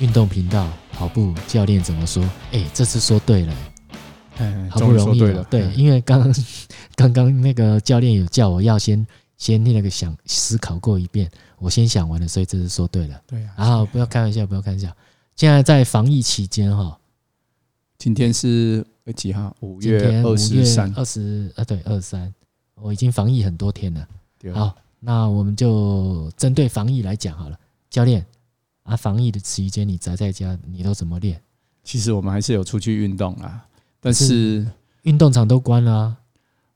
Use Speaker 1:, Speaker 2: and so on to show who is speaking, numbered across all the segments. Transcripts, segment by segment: Speaker 1: 运动频道跑步教练怎么说？哎，这次说对了，
Speaker 2: 嗯，
Speaker 1: 好不容易哦
Speaker 2: 终于说对了，
Speaker 1: 对，
Speaker 2: 嗯
Speaker 1: 因为刚 刚刚那个教练有叫我要先先那个想思考过一遍，我先想完了，所以这次说对了。
Speaker 2: 对啊。
Speaker 1: 然后不要开玩笑，不要开玩笑。现在在防疫期间哈，
Speaker 2: 今天是呃几号？五
Speaker 1: 今天
Speaker 2: 月
Speaker 1: 五
Speaker 2: 二十三。
Speaker 1: 二十呃对二三，我已经防疫很多天了。
Speaker 2: 对
Speaker 1: 好，那我们就针对防疫来讲好了，教练啊，防疫的期间你宅在家，你都怎么练？
Speaker 2: 其实我们还是有出去运动啦，但
Speaker 1: 是
Speaker 2: 是
Speaker 1: 运动场都关了、啊，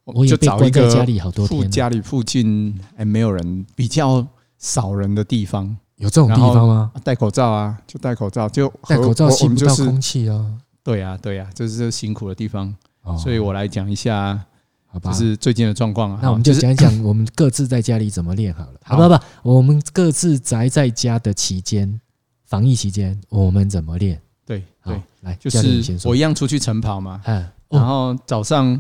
Speaker 2: 我
Speaker 1: 我
Speaker 2: 们
Speaker 1: 也
Speaker 2: 就
Speaker 1: 被
Speaker 2: 找一
Speaker 1: 关在
Speaker 2: 个
Speaker 1: 家里好多天啊
Speaker 2: 附
Speaker 1: 了。
Speaker 2: 家里附近哎没有人比较少人的地方，
Speaker 1: 有这种地方吗？
Speaker 2: 啊戴口罩啊，就戴口罩，就
Speaker 1: 戴口罩
Speaker 2: 我
Speaker 1: 吸
Speaker 2: 我们
Speaker 1: 不
Speaker 2: 就
Speaker 1: 到
Speaker 2: 是
Speaker 1: 空气啊。
Speaker 2: 对啊对啊，这是辛苦的地方，
Speaker 1: 哦
Speaker 2: 所以我来讲一下，
Speaker 1: 好吧
Speaker 2: 就，是最近的状况啊。
Speaker 1: 那我们
Speaker 2: 就
Speaker 1: 就是讲一讲我们各自在家里怎么练好了。
Speaker 2: 好
Speaker 1: 啊不不，我们各自宅在家的期间，防疫期间我们怎么练？
Speaker 2: 对
Speaker 1: 好
Speaker 2: 对，，
Speaker 1: 来，
Speaker 2: 就
Speaker 1: 教练你
Speaker 2: 是
Speaker 1: 先说
Speaker 2: 我。一样出去晨跑嘛，
Speaker 1: 嗯，
Speaker 2: 然
Speaker 1: 哦，
Speaker 2: 后早上，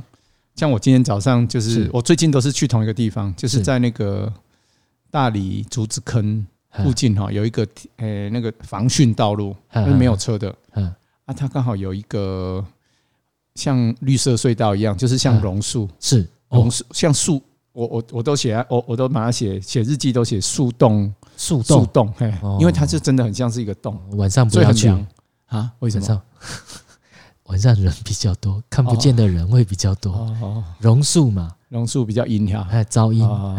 Speaker 2: 像我今天早上就是
Speaker 1: 是
Speaker 2: 我最近都是去同一个地方，就是
Speaker 1: 是
Speaker 2: 在那个大理竹子坑
Speaker 1: 嗯
Speaker 2: 附近哈、有一个呃、那个防汛道路，
Speaker 1: 嗯
Speaker 2: 那没有车的
Speaker 1: 嗯嗯
Speaker 2: 啊，它刚好有一个像绿色隧道一样，就是
Speaker 1: 嗯
Speaker 2: 像榕树，
Speaker 1: 是
Speaker 2: 榕
Speaker 1: 哦，
Speaker 2: 树像树，我我我都写，啊我我都把它写写日记，都写树洞
Speaker 1: 树洞，
Speaker 2: 树洞，嘿
Speaker 1: 哦，
Speaker 2: 因为它是真的很像是一个洞，
Speaker 1: 晚上不
Speaker 2: 所以
Speaker 1: 要
Speaker 2: 很
Speaker 1: 去，
Speaker 2: 凉啊，为什
Speaker 1: 晚
Speaker 2: 么？
Speaker 1: 上 晚上人比较多，看不见的人会比较多。
Speaker 2: 哦哦，
Speaker 1: 榕树嘛，
Speaker 2: 榕树比较阴凉。
Speaker 1: 还有噪音，
Speaker 2: 啊，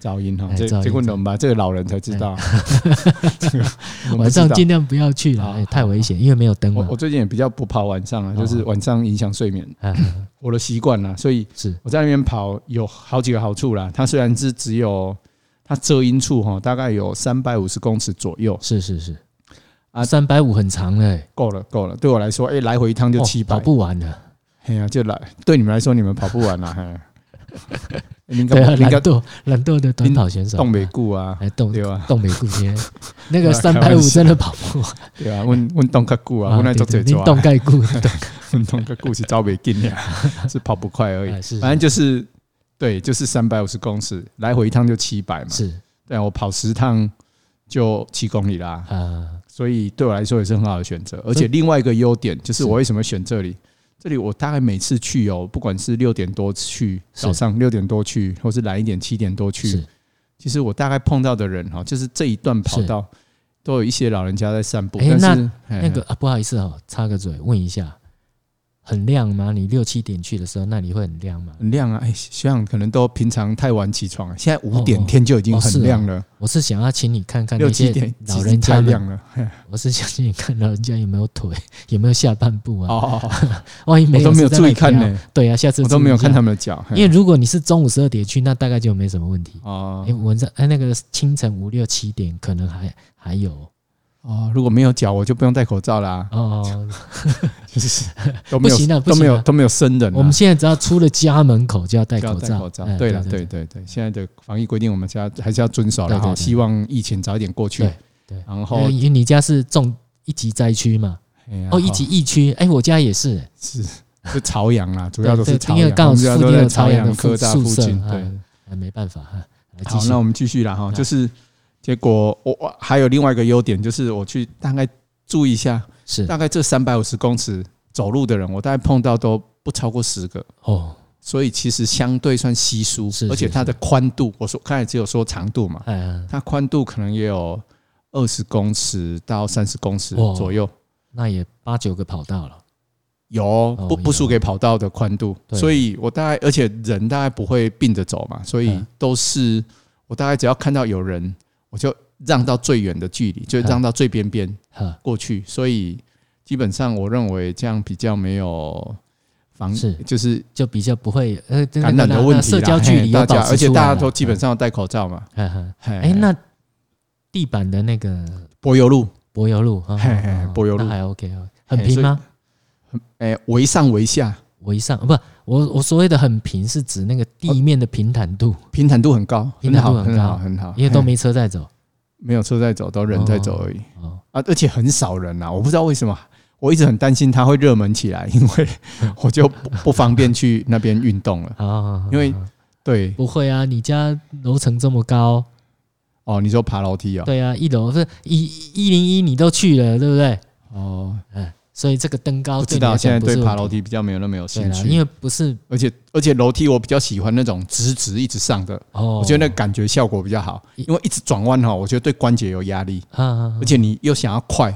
Speaker 2: 噪音哈，
Speaker 1: 哎
Speaker 2: 这
Speaker 1: 噪音哎
Speaker 2: 这问怎么办？这个老人才知道，啊 这个我们不
Speaker 1: 晚
Speaker 2: 知
Speaker 1: 上
Speaker 2: 道啊
Speaker 1: 尽量不要去了，
Speaker 2: 好
Speaker 1: 哎太危险，因为没有灯
Speaker 2: 我
Speaker 1: 嘛
Speaker 2: 我。最近也比较不跑晚上啊，
Speaker 1: 哦
Speaker 2: 就是晚上影响睡眠，
Speaker 1: 嗯嗯
Speaker 2: 我的习惯啦。啊所以
Speaker 1: 是
Speaker 2: 我在那边跑有好几个好处啦。它虽然是只有它遮阴处哈，大概有三百五十公尺左右，
Speaker 1: 是是是，啊，
Speaker 2: 啊
Speaker 1: 三百五很长嘞，
Speaker 2: 够了够了。对我来说，哎，来回一趟就
Speaker 1: 哦
Speaker 2: 七百
Speaker 1: 跑，不完了。
Speaker 2: 哎呀，就来。对你们来说，你们跑不完啦。 嘿，你应
Speaker 1: 对啊，
Speaker 2: 该应
Speaker 1: 懒
Speaker 2: 该
Speaker 1: 惰懒惰的短跑选手，
Speaker 2: 动北 固啊，
Speaker 1: 哎动
Speaker 2: 对吧？
Speaker 1: 动美固街， 那个
Speaker 2: 啊
Speaker 1: 三
Speaker 2: 开
Speaker 1: 百
Speaker 2: 玩
Speaker 1: 五
Speaker 2: 笑
Speaker 1: 真的跑不 完
Speaker 2: 对啊，问问动卡固啊，我那做
Speaker 1: 对
Speaker 2: 嘴
Speaker 1: 对
Speaker 2: 抓
Speaker 1: 你。动盖固， 对
Speaker 2: 运动个故事招北进 呀，啊是跑不快而已
Speaker 1: 哎。是
Speaker 2: 反正就是对，就是三百五十公尺，来回一趟就七百嘛。
Speaker 1: 是
Speaker 2: 对啊，我跑十趟就七公里啦，
Speaker 1: 啊，
Speaker 2: 所以对我来说也是很好的选择。而且另外一个优点就是是我为什么选这里？这里我大概每次去哦，不管是六点多去，
Speaker 1: 是
Speaker 2: 早上六点多去，或是懒一点七点多去
Speaker 1: 是，
Speaker 2: 其实我大概碰到的人哈，就是这一段跑
Speaker 1: 是
Speaker 2: 道都有一些老人家在散步，
Speaker 1: 哎
Speaker 2: 但
Speaker 1: 那
Speaker 2: 是
Speaker 1: 那
Speaker 2: 那
Speaker 1: 个啊，不好意思哦，插个嘴，问一下，很亮吗？你六七点去的时候，那里会很亮吗？
Speaker 2: 很亮啊！哎、学长可能都平常太晚起床了，现在
Speaker 1: 哦
Speaker 2: 五点天就已经
Speaker 1: 哦
Speaker 2: 很亮了，
Speaker 1: 我是啊想要请你看看
Speaker 2: 六
Speaker 1: 那
Speaker 2: 七
Speaker 1: 些
Speaker 2: 点
Speaker 1: 老
Speaker 2: 其实
Speaker 1: 人家
Speaker 2: 太
Speaker 1: 们
Speaker 2: 亮了。嘿
Speaker 1: 我是想请你看老人家有没有腿， 有没有下半部啊？
Speaker 2: 哦，
Speaker 1: 万一
Speaker 2: 我
Speaker 1: 没
Speaker 2: 都没有
Speaker 1: 是在那
Speaker 2: 注
Speaker 1: 里
Speaker 2: 意看呢、
Speaker 1: 看啊对啊，下次
Speaker 2: 我都
Speaker 1: 注意
Speaker 2: 没有
Speaker 1: 一下
Speaker 2: 看他。们的脚。嘿
Speaker 1: 因为如果你是中午十二点去，那大概就没什么问题。
Speaker 2: 哦
Speaker 1: 哎，晚上哎，那个清晨五六七点可能还还有哦
Speaker 2: 哦，如果没有脚，我就不用戴口罩啦，
Speaker 1: 哦。
Speaker 2: 就是都没有
Speaker 1: 不行啊不
Speaker 2: 都
Speaker 1: 行啊
Speaker 2: 没有都没有生人啊、
Speaker 1: 我们现在只要出了家门口就要戴
Speaker 2: 不要
Speaker 1: 口
Speaker 2: 戴
Speaker 1: 罩，
Speaker 2: 口罩。
Speaker 1: 哎
Speaker 2: 对了，对对对，现在的防疫规定我们家还是要遵守
Speaker 1: 对
Speaker 2: 了
Speaker 1: 对
Speaker 2: 哈，
Speaker 1: 对
Speaker 2: 希望疫情早一点过去
Speaker 1: 对。对
Speaker 2: 然
Speaker 1: 因
Speaker 2: 后
Speaker 1: 为因为你家是重一级灾区嘛，
Speaker 2: 哎呀
Speaker 1: 哦，一级疫区，哎，我家也是，哎
Speaker 2: 是是朝阳啦，主要都是
Speaker 1: 对对
Speaker 2: 朝
Speaker 1: 因为
Speaker 2: 阳，
Speaker 1: 刚好
Speaker 2: 我们家
Speaker 1: 附
Speaker 2: 都
Speaker 1: 近
Speaker 2: 在
Speaker 1: 有朝
Speaker 2: 朝
Speaker 1: 阳的附
Speaker 2: 科大
Speaker 1: 宿
Speaker 2: 附
Speaker 1: 舍
Speaker 2: 近，
Speaker 1: 啊
Speaker 2: 对。
Speaker 1: 哎，没办法哈。来继
Speaker 2: 好，
Speaker 1: 续
Speaker 2: 那我们继续了哈，
Speaker 1: 嗯
Speaker 2: 就是结果我我还有另外一个优点，就是我去大概注意一下，
Speaker 1: 是
Speaker 2: 大概这三百五十公尺走路的人，我大概碰到都不超过十个，
Speaker 1: 哦，
Speaker 2: 所以其实相对算稀疏
Speaker 1: 是，
Speaker 2: 而且
Speaker 1: 是
Speaker 2: 它
Speaker 1: 是
Speaker 2: 的宽度，我说刚才只有说长度嘛，
Speaker 1: 哎，
Speaker 2: 它宽度可能也有二十公尺到三十公尺
Speaker 1: 哇
Speaker 2: 左右，
Speaker 1: 那也八九个跑道了，
Speaker 2: 有哦
Speaker 1: 哦
Speaker 2: 不不输
Speaker 1: 有
Speaker 2: 给跑道的宽度，
Speaker 1: 对
Speaker 2: 所以我大概而且人大概不会并着走嘛，所以
Speaker 1: 嗯
Speaker 2: 都是我大概只要看到有人，我就让到最远的距离，
Speaker 1: 嗯
Speaker 2: 就让到最边边
Speaker 1: 哈，
Speaker 2: 过去，所以基本上我认为这样比较没有防
Speaker 1: 是
Speaker 2: 就是
Speaker 1: 就比较不会呃那个
Speaker 2: 感染的
Speaker 1: 那
Speaker 2: 问
Speaker 1: 那
Speaker 2: 题啦
Speaker 1: 社交距
Speaker 2: 嘿
Speaker 1: 离
Speaker 2: 大
Speaker 1: 要保
Speaker 2: 家
Speaker 1: 持
Speaker 2: 而且
Speaker 1: 出来
Speaker 2: 大家
Speaker 1: 啦
Speaker 2: 都基本，上戴口罩嘛，
Speaker 1: 哎哈
Speaker 2: 哎
Speaker 1: 哎，那地板的那个
Speaker 2: 柏油路
Speaker 1: 柏油路，哦
Speaker 2: 嘿嘿
Speaker 1: 哦哦
Speaker 2: 柏油路
Speaker 1: 那还 OK 哦，很
Speaker 2: 嘿所
Speaker 1: 平
Speaker 2: 以
Speaker 1: 吗？
Speaker 2: 哎围上围下
Speaker 1: 围上不，我我所谓的很平是指那个地面的平坦度，
Speaker 2: 平坦度很高，
Speaker 1: 平坦度
Speaker 2: 很好
Speaker 1: 很
Speaker 2: 很好
Speaker 1: 高
Speaker 2: 很好，
Speaker 1: 因为都
Speaker 2: 哦嘿
Speaker 1: 没车在走
Speaker 2: 没有车在走，都人在走而已。
Speaker 1: 哦。
Speaker 2: 啊，而且很少人啊，我不知道为什么，我一直很担心它会热门起来，因为我就不不方便去那边运动了。
Speaker 1: 啊，好好
Speaker 2: 因为
Speaker 1: 好
Speaker 2: 对，
Speaker 1: 不会啊，你家楼层这么高，
Speaker 2: 哦，你说爬楼梯啊？
Speaker 1: 对啊，一楼是一一零一，你都去了，对不对？
Speaker 2: 哦，
Speaker 1: 所以这哦个登高
Speaker 2: 不知
Speaker 1: 你来
Speaker 2: 道
Speaker 1: 讲
Speaker 2: 现在
Speaker 1: 不是
Speaker 2: 对爬
Speaker 1: 问
Speaker 2: 楼
Speaker 1: 题
Speaker 2: 梯比较没有那么有
Speaker 1: 对
Speaker 2: 兴
Speaker 1: 啦，因
Speaker 2: 趣，
Speaker 1: 为不是
Speaker 2: 而且而且楼梯我比较喜欢那种直直一直上的，
Speaker 1: 哦，
Speaker 2: 我觉得那个感觉效果比较好，因为一直转弯哈，我觉得对关节有压力，
Speaker 1: 啊啊，啊
Speaker 2: 而且你又想要快，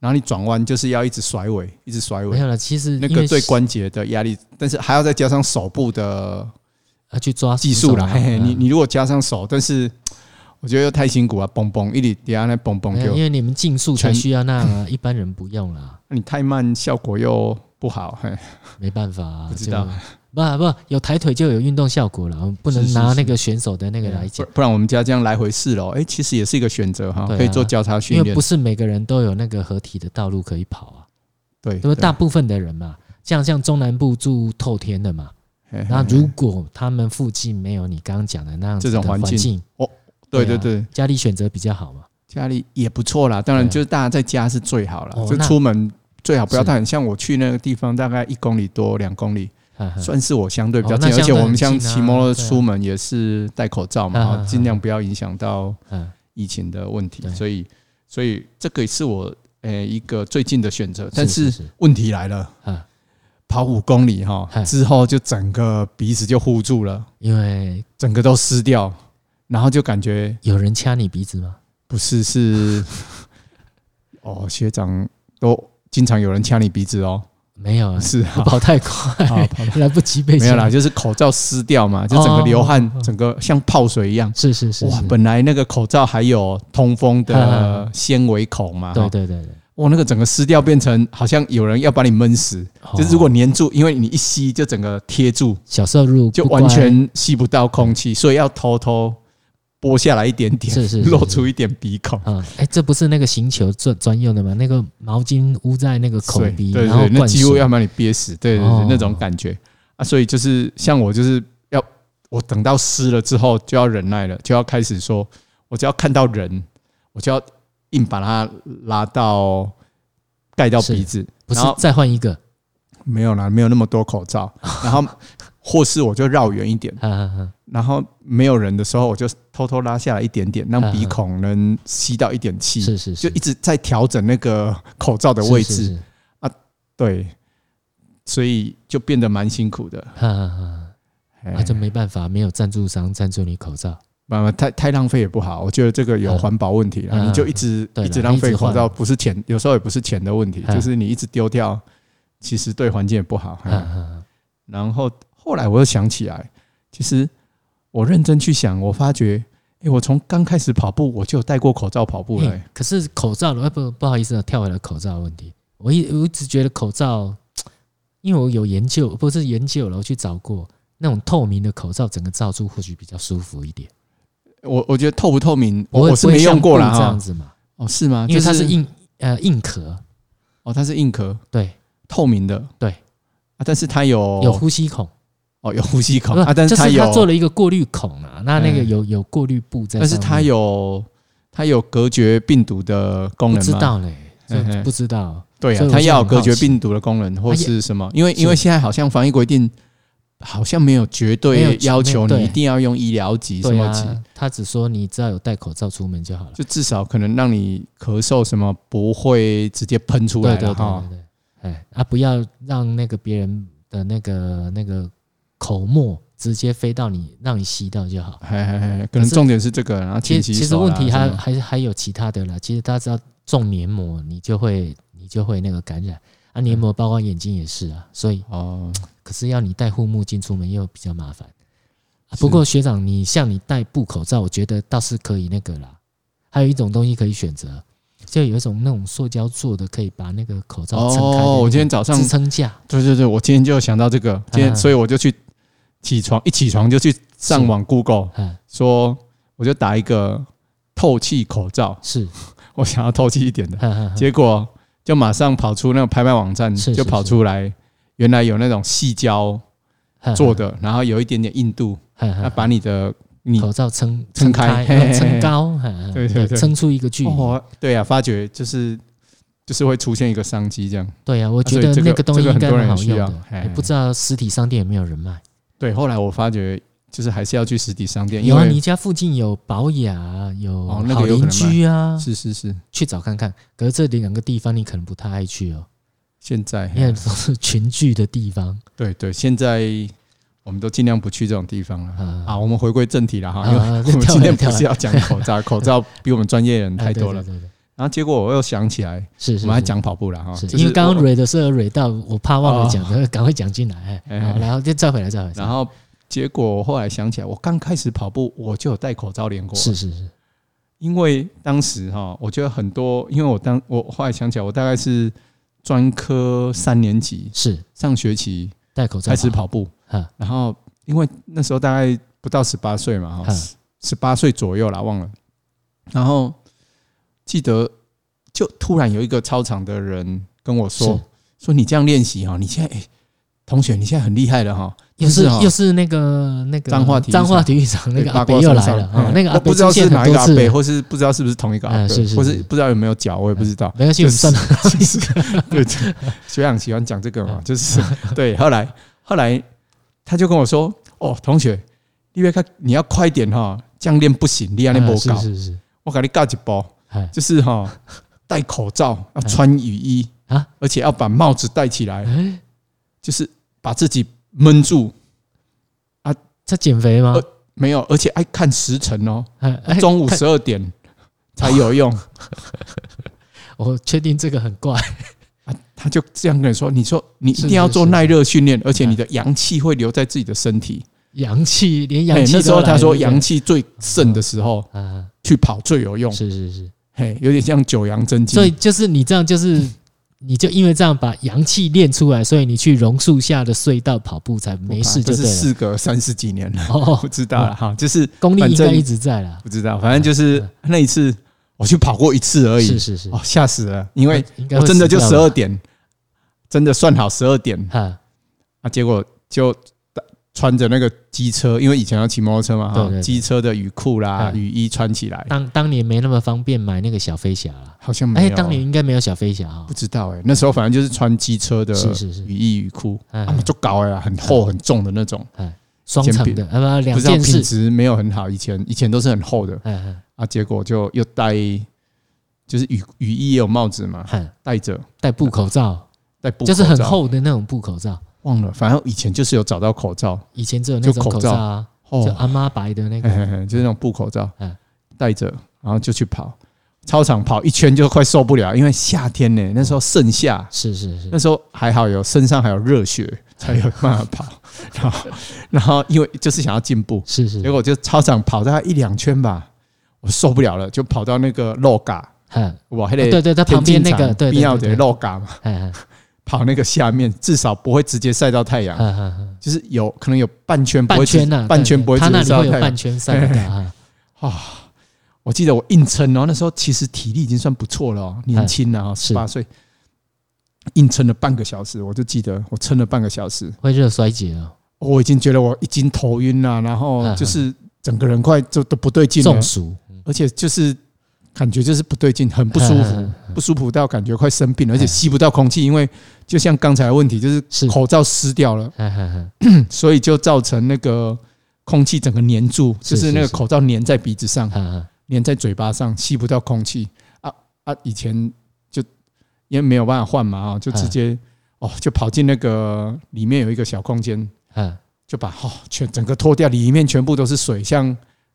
Speaker 2: 然后你转弯就是要一直甩尾，一直甩
Speaker 1: 没
Speaker 2: 尾，
Speaker 1: 有了，其实
Speaker 2: 那
Speaker 1: 因为
Speaker 2: 个对关节的压力，但是还要再加上手部的
Speaker 1: 啊去抓
Speaker 2: 技术啦，
Speaker 1: 扶手
Speaker 2: 嘿
Speaker 1: 嘛
Speaker 2: 嘿，
Speaker 1: 嗯
Speaker 2: 你你如果加上手，但是我觉得又太辛苦啊，嘣嘣一直底下那嘣嘣
Speaker 1: 没有
Speaker 2: 就
Speaker 1: 哎因，为你们竞速才
Speaker 2: 全
Speaker 1: 需要那个啊，一般人不用啦，
Speaker 2: 啊你太慢效果又不好，嘿，
Speaker 1: 没办法啊，
Speaker 2: 不知
Speaker 1: 就
Speaker 2: 道
Speaker 1: 不啊不有抬腿就有运动效果了，我们不
Speaker 2: 是
Speaker 1: 能
Speaker 2: 是
Speaker 1: 拿
Speaker 2: 是啊
Speaker 1: 那个选手的那个来
Speaker 2: 不
Speaker 1: 讲，
Speaker 2: 不然我们家这样来回四楼，哎，其实也是一个选择哈，
Speaker 1: 对啊
Speaker 2: 可以做交叉训
Speaker 1: 因为
Speaker 2: 练
Speaker 1: 不，是每个人都有那个合体的道路可以跑啊，
Speaker 2: 对，
Speaker 1: 因为
Speaker 2: 对
Speaker 1: 大，部分的人嘛，像像中南部住透天的嘛，
Speaker 2: 嘿嘿
Speaker 1: 那如果他们附近没有你刚刚讲的那样子
Speaker 2: 这种
Speaker 1: 的
Speaker 2: 环
Speaker 1: 环
Speaker 2: 境
Speaker 1: 境，
Speaker 2: 对
Speaker 1: 对
Speaker 2: 对
Speaker 1: 啊
Speaker 2: 对。
Speaker 1: 家里选择比较好嘛，
Speaker 2: 家里也不错啦，当然
Speaker 1: 对啊
Speaker 2: 就是大家在家是最好啦，
Speaker 1: 哦
Speaker 2: 就
Speaker 1: 那
Speaker 2: 出门最好不要
Speaker 1: 是
Speaker 2: 太远。像我去那个地方，大概一公里多两公里，
Speaker 1: 哈哈
Speaker 2: 算是我相对比较
Speaker 1: 哦
Speaker 2: 近，
Speaker 1: 那
Speaker 2: 而且
Speaker 1: 相对
Speaker 2: 我们
Speaker 1: 很近
Speaker 2: 像
Speaker 1: 啊
Speaker 2: 骑摩托
Speaker 1: 对
Speaker 2: 车
Speaker 1: 啊
Speaker 2: 出门也是戴口罩嘛，
Speaker 1: 啊
Speaker 2: 哈
Speaker 1: 啊
Speaker 2: 尽量不要影响到
Speaker 1: 嗯。
Speaker 2: 疫情的问题。
Speaker 1: 对
Speaker 2: 所以，所以这个也是我呃一个最近的选择。但
Speaker 1: 是
Speaker 2: 是
Speaker 1: 是
Speaker 2: 问题来了
Speaker 1: 啊，
Speaker 2: 跑五公里哈
Speaker 1: 嗨
Speaker 2: 之后，就整个鼻子就糊住了，
Speaker 1: 因为
Speaker 2: 整个都湿掉，然后就感觉
Speaker 1: 有人掐你鼻子吗？
Speaker 2: 不 是是哦，学长都经常有人掐你鼻子哦，
Speaker 1: 没有啊，
Speaker 2: 是
Speaker 1: 我
Speaker 2: 啊，
Speaker 1: 跑太快，
Speaker 2: 啊跑
Speaker 1: 来不及被
Speaker 2: 没有啦，
Speaker 1: 掐，
Speaker 2: 就是口罩湿掉嘛，就整个流汗
Speaker 1: 啊哦哦，哦
Speaker 2: 整个像泡水一样。
Speaker 1: 是是是，
Speaker 2: 哇
Speaker 1: 是，
Speaker 2: 本来那个口罩还有通风
Speaker 1: 哈哈
Speaker 2: 的纤维孔嘛，
Speaker 1: 对
Speaker 2: 哈
Speaker 1: 对对对，
Speaker 2: 哇，那个整个湿掉变成好像有人要把你闷死，就是如果
Speaker 1: 哦
Speaker 2: 粘住，因为你一吸就整个贴住，
Speaker 1: 小时候如果
Speaker 2: 就
Speaker 1: 不
Speaker 2: 完
Speaker 1: 乖
Speaker 2: 全吸不到空气，所以要偷偷剥下来一点点，
Speaker 1: 是是是
Speaker 2: 露
Speaker 1: 是
Speaker 2: 出一点鼻 孔。
Speaker 1: 啊，哎，这不是那个行球专专用的吗？那个毛巾捂在那个口
Speaker 2: 水
Speaker 1: 鼻，
Speaker 2: 对
Speaker 1: 然后
Speaker 2: 对，那
Speaker 1: 灌
Speaker 2: 几乎
Speaker 1: 水
Speaker 2: 要，把你憋死，对对对，
Speaker 1: 哦
Speaker 2: 那种感觉啊，所以就是像我就是要我等到湿了之后就要忍耐了，就要开始说，我只要看到人，我就要硬把它拉到盖到
Speaker 1: 是
Speaker 2: 鼻子，
Speaker 1: 不是
Speaker 2: 然后
Speaker 1: 再换一个
Speaker 2: 没有啦，没有那么多口 罩，然后或是我就绕远一点，
Speaker 1: 啊啊啊
Speaker 2: 然后没有人的时候我就偷偷拉下来一点点，让
Speaker 1: 嗯
Speaker 2: 鼻
Speaker 1: 嗯
Speaker 2: 孔能吸到一点气，
Speaker 1: 是是
Speaker 2: 就是一直在调整那个口罩的位置。
Speaker 1: 是是是
Speaker 2: 对，所以就变得蛮辛苦的。
Speaker 1: 哈哈哈，
Speaker 2: 哎
Speaker 1: 啊那就没办法，没有赞助商赞助你口罩，
Speaker 2: 慢慢太太浪费也不好，我觉得这个有
Speaker 1: 嗯
Speaker 2: 环保问题啦。
Speaker 1: 嗯
Speaker 2: 你就一直
Speaker 1: 对啦
Speaker 2: 一直浪
Speaker 1: 一
Speaker 2: 费
Speaker 1: 直换
Speaker 2: 口罩，不是钱，有时候也不是钱的问题，
Speaker 1: 嗯
Speaker 2: 就是你一直丢掉，其实对环境也不好。
Speaker 1: 啊
Speaker 2: 嗯
Speaker 1: 啊啊
Speaker 2: 然后后来我又想起来，其实我认真去想，我发觉，哎，我从刚开始跑步我就有戴过口罩跑步了、
Speaker 1: 嘿可是口罩的，呃不不好意思啊，跳回了口罩的问题。我一我一直觉得口罩，因为我有研究，不是研究了，我去找过那种透明的口罩，整个罩住或许比较舒服一点。
Speaker 2: 我我觉得透不透明，
Speaker 1: 不
Speaker 2: 哦我
Speaker 1: 会
Speaker 2: 我是没用过啦
Speaker 1: 不会像布这样
Speaker 2: 哈。
Speaker 1: 子嘛，
Speaker 2: 哦，是吗？
Speaker 1: 因为它是
Speaker 2: 就
Speaker 1: 硬呃硬壳，
Speaker 2: 哦，它是硬壳，
Speaker 1: 对，
Speaker 2: 透明的，
Speaker 1: 对
Speaker 2: 啊，但是它
Speaker 1: 有呼吸孔
Speaker 2: 哦，有呼吸孔
Speaker 1: 不
Speaker 2: 啊，但是
Speaker 1: 就是
Speaker 2: 它有，
Speaker 1: 它做了一个过滤孔啊，那那个
Speaker 2: 嗯
Speaker 1: 有有过滤布在上面，
Speaker 2: 但是它有它有隔绝病毒的功
Speaker 1: 不
Speaker 2: 能
Speaker 1: 知
Speaker 2: 吗？
Speaker 1: 道嘞，
Speaker 2: 嗯
Speaker 1: 这
Speaker 2: 嗯
Speaker 1: 不知道
Speaker 2: 对
Speaker 1: 所
Speaker 2: 啊
Speaker 1: 以，我
Speaker 2: 它要有
Speaker 1: 就很
Speaker 2: 隔
Speaker 1: 好
Speaker 2: 绝
Speaker 1: 奇
Speaker 2: 病毒的功能或
Speaker 1: 啊也
Speaker 2: 是什么？因为因为
Speaker 1: 是
Speaker 2: 现在好像防疫规定好像没有绝
Speaker 1: 没有
Speaker 2: 对
Speaker 1: 绝
Speaker 2: 要求
Speaker 1: 对
Speaker 2: 你一定要用医疗级什
Speaker 1: 对
Speaker 2: 么级，
Speaker 1: 啊，他只说你只要有戴口罩出门就好了。
Speaker 2: 就至少可能让你咳嗽什么不会直接喷出
Speaker 1: 对
Speaker 2: 来
Speaker 1: 对
Speaker 2: 了
Speaker 1: 对
Speaker 2: 哈
Speaker 1: 对。对，哎啊，不要让那个别人的那个那个口沫直接飞到你，让你吸到就好。
Speaker 2: 嘿嘿嘿，可
Speaker 1: 可
Speaker 2: 能
Speaker 1: 是
Speaker 2: 重点是这个，然后
Speaker 1: 其实
Speaker 2: 勤洗
Speaker 1: 其实
Speaker 2: 手
Speaker 1: 问
Speaker 2: 啦
Speaker 1: 题
Speaker 2: 什
Speaker 1: 还
Speaker 2: 么
Speaker 1: 还还有其他的啦。其实大家只要中黏膜，你就会你就会那个感染啊，黏膜包括眼睛也是啊。所以，
Speaker 2: 哦，
Speaker 1: 可是要你戴护目镜出门又比较麻烦。啊
Speaker 2: 是
Speaker 1: 不过学长，你像你戴布口罩，我觉得倒是可以那个啦。还有一种东西可以选择，就有一种那种塑胶做的，可以把那个口罩撑开的那
Speaker 2: 哦，
Speaker 1: 个
Speaker 2: 我今天早上
Speaker 1: 支撑架。
Speaker 2: 对对对，我今天就想到这个，今天
Speaker 1: 啊
Speaker 2: 所以我就去起床，一起床就去上网 Google
Speaker 1: 嗯，
Speaker 2: 说，我就打一个透气口罩，
Speaker 1: 是，
Speaker 2: 我想要透气一点的，
Speaker 1: 哈哈哈
Speaker 2: 结果就马上跑出那个拍卖网站，
Speaker 1: 是是
Speaker 2: 就跑出来，原来有那种细胶
Speaker 1: 哈
Speaker 2: 做的，然后有一点点硬度，
Speaker 1: 哈
Speaker 2: 嗯那
Speaker 1: 哈
Speaker 2: 把你的你
Speaker 1: 口罩撑
Speaker 2: 撑
Speaker 1: 开，
Speaker 2: 开嘿嘿嘿
Speaker 1: 呃撑高，哈哈
Speaker 2: 对对对
Speaker 1: 撑出一个距离。
Speaker 2: 哦，对啊，发觉就是就是会出现一个商机这样。
Speaker 1: 对啊，我觉
Speaker 2: 所以
Speaker 1: 得
Speaker 2: 这个
Speaker 1: 那个东西
Speaker 2: 这个
Speaker 1: 应
Speaker 2: 很
Speaker 1: 该
Speaker 2: 多人
Speaker 1: 蛮好
Speaker 2: 需
Speaker 1: 用哎
Speaker 2: 要
Speaker 1: 的
Speaker 2: 嘿，
Speaker 1: 也不知道实体商店有没有人卖。
Speaker 2: 对，后来我发觉就是还是要去实体商店，因
Speaker 1: 有啊，你
Speaker 2: 为
Speaker 1: 家附近有宝雅，有
Speaker 2: 哦那
Speaker 1: 好
Speaker 2: 个有可能
Speaker 1: 邻居啊，
Speaker 2: 是是是，
Speaker 1: 去找看看。可是这两个地方你可能不太爱去哦，
Speaker 2: 现在
Speaker 1: 因为都是群聚的地方
Speaker 2: 对对，现在我们都尽量不去这种地方了。
Speaker 1: 啊。
Speaker 2: 啊，我们回归正题了哈，
Speaker 1: 啊
Speaker 2: 因为
Speaker 1: 啊
Speaker 2: 我们
Speaker 1: 跳
Speaker 2: 今
Speaker 1: 来
Speaker 2: 天
Speaker 1: 跳
Speaker 2: 不是
Speaker 1: 来
Speaker 2: 要讲口罩，口罩比我们专业人太多了
Speaker 1: 啊。对对对对
Speaker 2: 然后结果我又想起来，
Speaker 1: 是是，
Speaker 2: 我们还
Speaker 1: 是
Speaker 2: 讲跑步了哈，
Speaker 1: 是
Speaker 2: 就是
Speaker 1: 因为刚刚
Speaker 2: 我
Speaker 1: 蕊的时候蕊到，我怕忘了
Speaker 2: 哦
Speaker 1: 讲， 然后赶快讲进 来，哎
Speaker 2: 哎
Speaker 1: 好
Speaker 2: 哎
Speaker 1: 然后就再回来再回来。
Speaker 2: 然后结果我后来想起来，我刚开始跑步我就有戴口罩练过，
Speaker 1: 是是是，
Speaker 2: 因为当时哈，我觉得很多，因为我当我后来想起来，我大概是专科三年级
Speaker 1: 是
Speaker 2: 上学期
Speaker 1: 戴口罩
Speaker 2: 开始跑步，
Speaker 1: 啊，
Speaker 2: 然后因为那时候大概不到十八岁嘛，哈
Speaker 1: 嗯，
Speaker 2: 十八岁左右啦，忘了。然后记得就突然有一个操场的人跟我说
Speaker 1: 是：“
Speaker 2: 说你这样练习哈，你现在、哎同学你现在很厉害了哈。”
Speaker 1: 又是
Speaker 2: 就是哦
Speaker 1: 又是那个那个
Speaker 2: 彰化体育场
Speaker 1: 彰化体育场那个
Speaker 2: 对
Speaker 1: 阿
Speaker 2: 八
Speaker 1: 北
Speaker 2: 卦
Speaker 1: 又
Speaker 2: 山
Speaker 1: 来
Speaker 2: 上
Speaker 1: 了，哦
Speaker 2: 嗯
Speaker 1: 那个阿
Speaker 2: 我
Speaker 1: 北
Speaker 2: 不知道
Speaker 1: 出现
Speaker 2: 是哪
Speaker 1: 很多
Speaker 2: 一个阿
Speaker 1: 次
Speaker 2: 北，
Speaker 1: 了，
Speaker 2: 或是不知道是不是同一个阿
Speaker 1: 嗯
Speaker 2: 北，
Speaker 1: 是是
Speaker 2: 或
Speaker 1: 是
Speaker 2: 是不知道有没有脚，我也不知道。
Speaker 1: 没关系，我
Speaker 2: 就
Speaker 1: 们算了，
Speaker 2: 就是对，学长喜欢讲这个嘛， 就是对。后来后来他就跟我说：“哦，同学，你要看你要快一点哈、这样练不行，你要练不
Speaker 1: 啊是
Speaker 2: 高。
Speaker 1: 是是，
Speaker 2: 我给你告一包，
Speaker 1: 哎
Speaker 2: 就是哈、戴口罩要穿雨衣
Speaker 1: 啊
Speaker 2: 啊，而且要把帽子戴起来，
Speaker 1: 哎，
Speaker 2: 就是把自己闷住。
Speaker 1: 在减肥吗？
Speaker 2: 没有，而且爱看时辰哦，
Speaker 1: 哎 哎
Speaker 2: 中午
Speaker 1: 看
Speaker 2: 十二点才有用。
Speaker 1: 我确定这个很怪，
Speaker 2: 他就这样跟你说：“你说你一
Speaker 1: 是
Speaker 2: 定要
Speaker 1: 是嗯
Speaker 2: 做
Speaker 1: 是
Speaker 2: 耐热训练，而且你的阳气会留在自己的身体。”
Speaker 1: 阳气连阳
Speaker 2: 哎
Speaker 1: 气
Speaker 2: 那时候
Speaker 1: 都来
Speaker 2: 他说
Speaker 1: 对不对
Speaker 2: 阳气最盛的时候
Speaker 1: 啊，
Speaker 2: 去跑最有用，
Speaker 1: 是是是，
Speaker 2: 嘿，有点像九阳真经。
Speaker 1: 所以就是你这样就是。 你就因为这样把阳气练出来，所以你去榕树下的隧道跑步才没事就对
Speaker 2: 这是
Speaker 1: 了。
Speaker 2: 事隔三十几年了，
Speaker 1: 哦
Speaker 2: 不，知道了哈，就是
Speaker 1: 功力应
Speaker 2: 反
Speaker 1: 该
Speaker 2: 正
Speaker 1: 一直在啦。
Speaker 2: 不知道，反正就是那一次我去跑过一次而
Speaker 1: 是
Speaker 2: 已，
Speaker 1: 是是，
Speaker 2: 哦，吓死了，因为
Speaker 1: 应该
Speaker 2: 我
Speaker 1: 会
Speaker 2: 真的就
Speaker 1: 死
Speaker 2: 十
Speaker 1: 掉
Speaker 2: 二
Speaker 1: 吧
Speaker 2: 点，真的算好十二点
Speaker 1: 哈，
Speaker 2: 啊，结果就穿着那个机车，因为以前要骑摩托车嘛，
Speaker 1: 对对
Speaker 2: 哈，
Speaker 1: 对
Speaker 2: 机车的雨裤啦、
Speaker 1: 嗯
Speaker 2: 雨衣穿起来，
Speaker 1: 当当年没那么方便买那个小飞侠啦。
Speaker 2: 好像没
Speaker 1: 哎，
Speaker 2: 有，
Speaker 1: 当年应该没有小飞侠啊
Speaker 2: 不。知道哎，那时候反正就是穿机车的
Speaker 1: 是是是
Speaker 2: 雨衣雨裤。
Speaker 1: 哎
Speaker 2: 啊，就搞呀，很厚很重的那种，
Speaker 1: 双层的，啊不，
Speaker 2: 不
Speaker 1: 两
Speaker 2: 知道
Speaker 1: 件
Speaker 2: 品
Speaker 1: 事。
Speaker 2: 质没有很好，以前以前都是很厚的
Speaker 1: 哎哎
Speaker 2: 啊，结果就又戴，就是雨雨衣也有帽子嘛，
Speaker 1: 哎，
Speaker 2: 戴着
Speaker 1: 戴布口罩，
Speaker 2: 戴布，
Speaker 1: 就是很，厚的那种布口罩。
Speaker 2: 忘了，反正以前就是有找到口罩，
Speaker 1: 以前只有那
Speaker 2: 就
Speaker 1: 种
Speaker 2: 口
Speaker 1: 口罩啊，
Speaker 2: 哦
Speaker 1: 就，阿妈白的那
Speaker 2: 嘿
Speaker 1: 个。
Speaker 2: 嘿嘿就是那种布口罩
Speaker 1: 嗯，
Speaker 2: 戴着，然后就去跑操场跑一圈就快受不了，因为夏天呢，那时候盛夏，
Speaker 1: 是是是
Speaker 2: 那，时候还好有身上还有热血才有办法跑，然后 然后因为就是想要进步，
Speaker 1: 是是。
Speaker 2: 结果就操场跑大概一两圈吧，我受不了了，就跑到那个肉嘎，
Speaker 1: 哎，啊
Speaker 2: 我还得
Speaker 1: 对对，它旁边那个，对
Speaker 2: 必
Speaker 1: 对
Speaker 2: 要
Speaker 1: 对
Speaker 2: 的
Speaker 1: 对，
Speaker 2: 肉嘎嘛，
Speaker 1: 哎哎
Speaker 2: 跑那个下面，至少不会直接晒到太
Speaker 1: 哎
Speaker 2: 阳，
Speaker 1: 哎哎
Speaker 2: 就是有可能有半圈不
Speaker 1: 半
Speaker 2: 会直
Speaker 1: 圈呐，啊
Speaker 2: 半圈
Speaker 1: 对
Speaker 2: 不会
Speaker 1: 它
Speaker 2: 直
Speaker 1: 那
Speaker 2: 接
Speaker 1: 里
Speaker 2: 晒到
Speaker 1: 会有
Speaker 2: 太
Speaker 1: 半
Speaker 2: 阳
Speaker 1: 圈晒得到啊。
Speaker 2: 啊。我记得我硬撑，然后那时候其实体力已经算不错了、哦，年轻了、哦，
Speaker 1: 嗯是
Speaker 2: 十八岁，硬撑了半个小时，我就记得我撑了半个小时，
Speaker 1: 会热衰竭哦，
Speaker 2: 我已经觉得我已经头晕了，然
Speaker 1: 嗯
Speaker 2: 后就是整个人快就都不对劲了
Speaker 1: 中，暑，嗯
Speaker 2: 而且就是感觉就是不对劲，很不舒服，，
Speaker 1: 嗯
Speaker 2: 不舒服到感觉快生病了，而且吸不到空气，因为就像刚才的问题，就是
Speaker 1: 是
Speaker 2: 口罩湿掉了，
Speaker 1: 哎哎哎
Speaker 2: 所以就造成那个空气整个粘住，
Speaker 1: 是
Speaker 2: 就是那
Speaker 1: 是
Speaker 2: 个
Speaker 1: 是
Speaker 2: 口罩粘在鼻子上
Speaker 1: 哎，哎
Speaker 2: 粘在嘴巴上，吸不到空气啊啊！以前就因为没有办法换嘛，
Speaker 1: 嗯
Speaker 2: 啊，就直接哦，就跑进那个里面有一个小空间，
Speaker 1: 哎哎，
Speaker 2: 就把哦全整个脱掉，里面全部都是水，像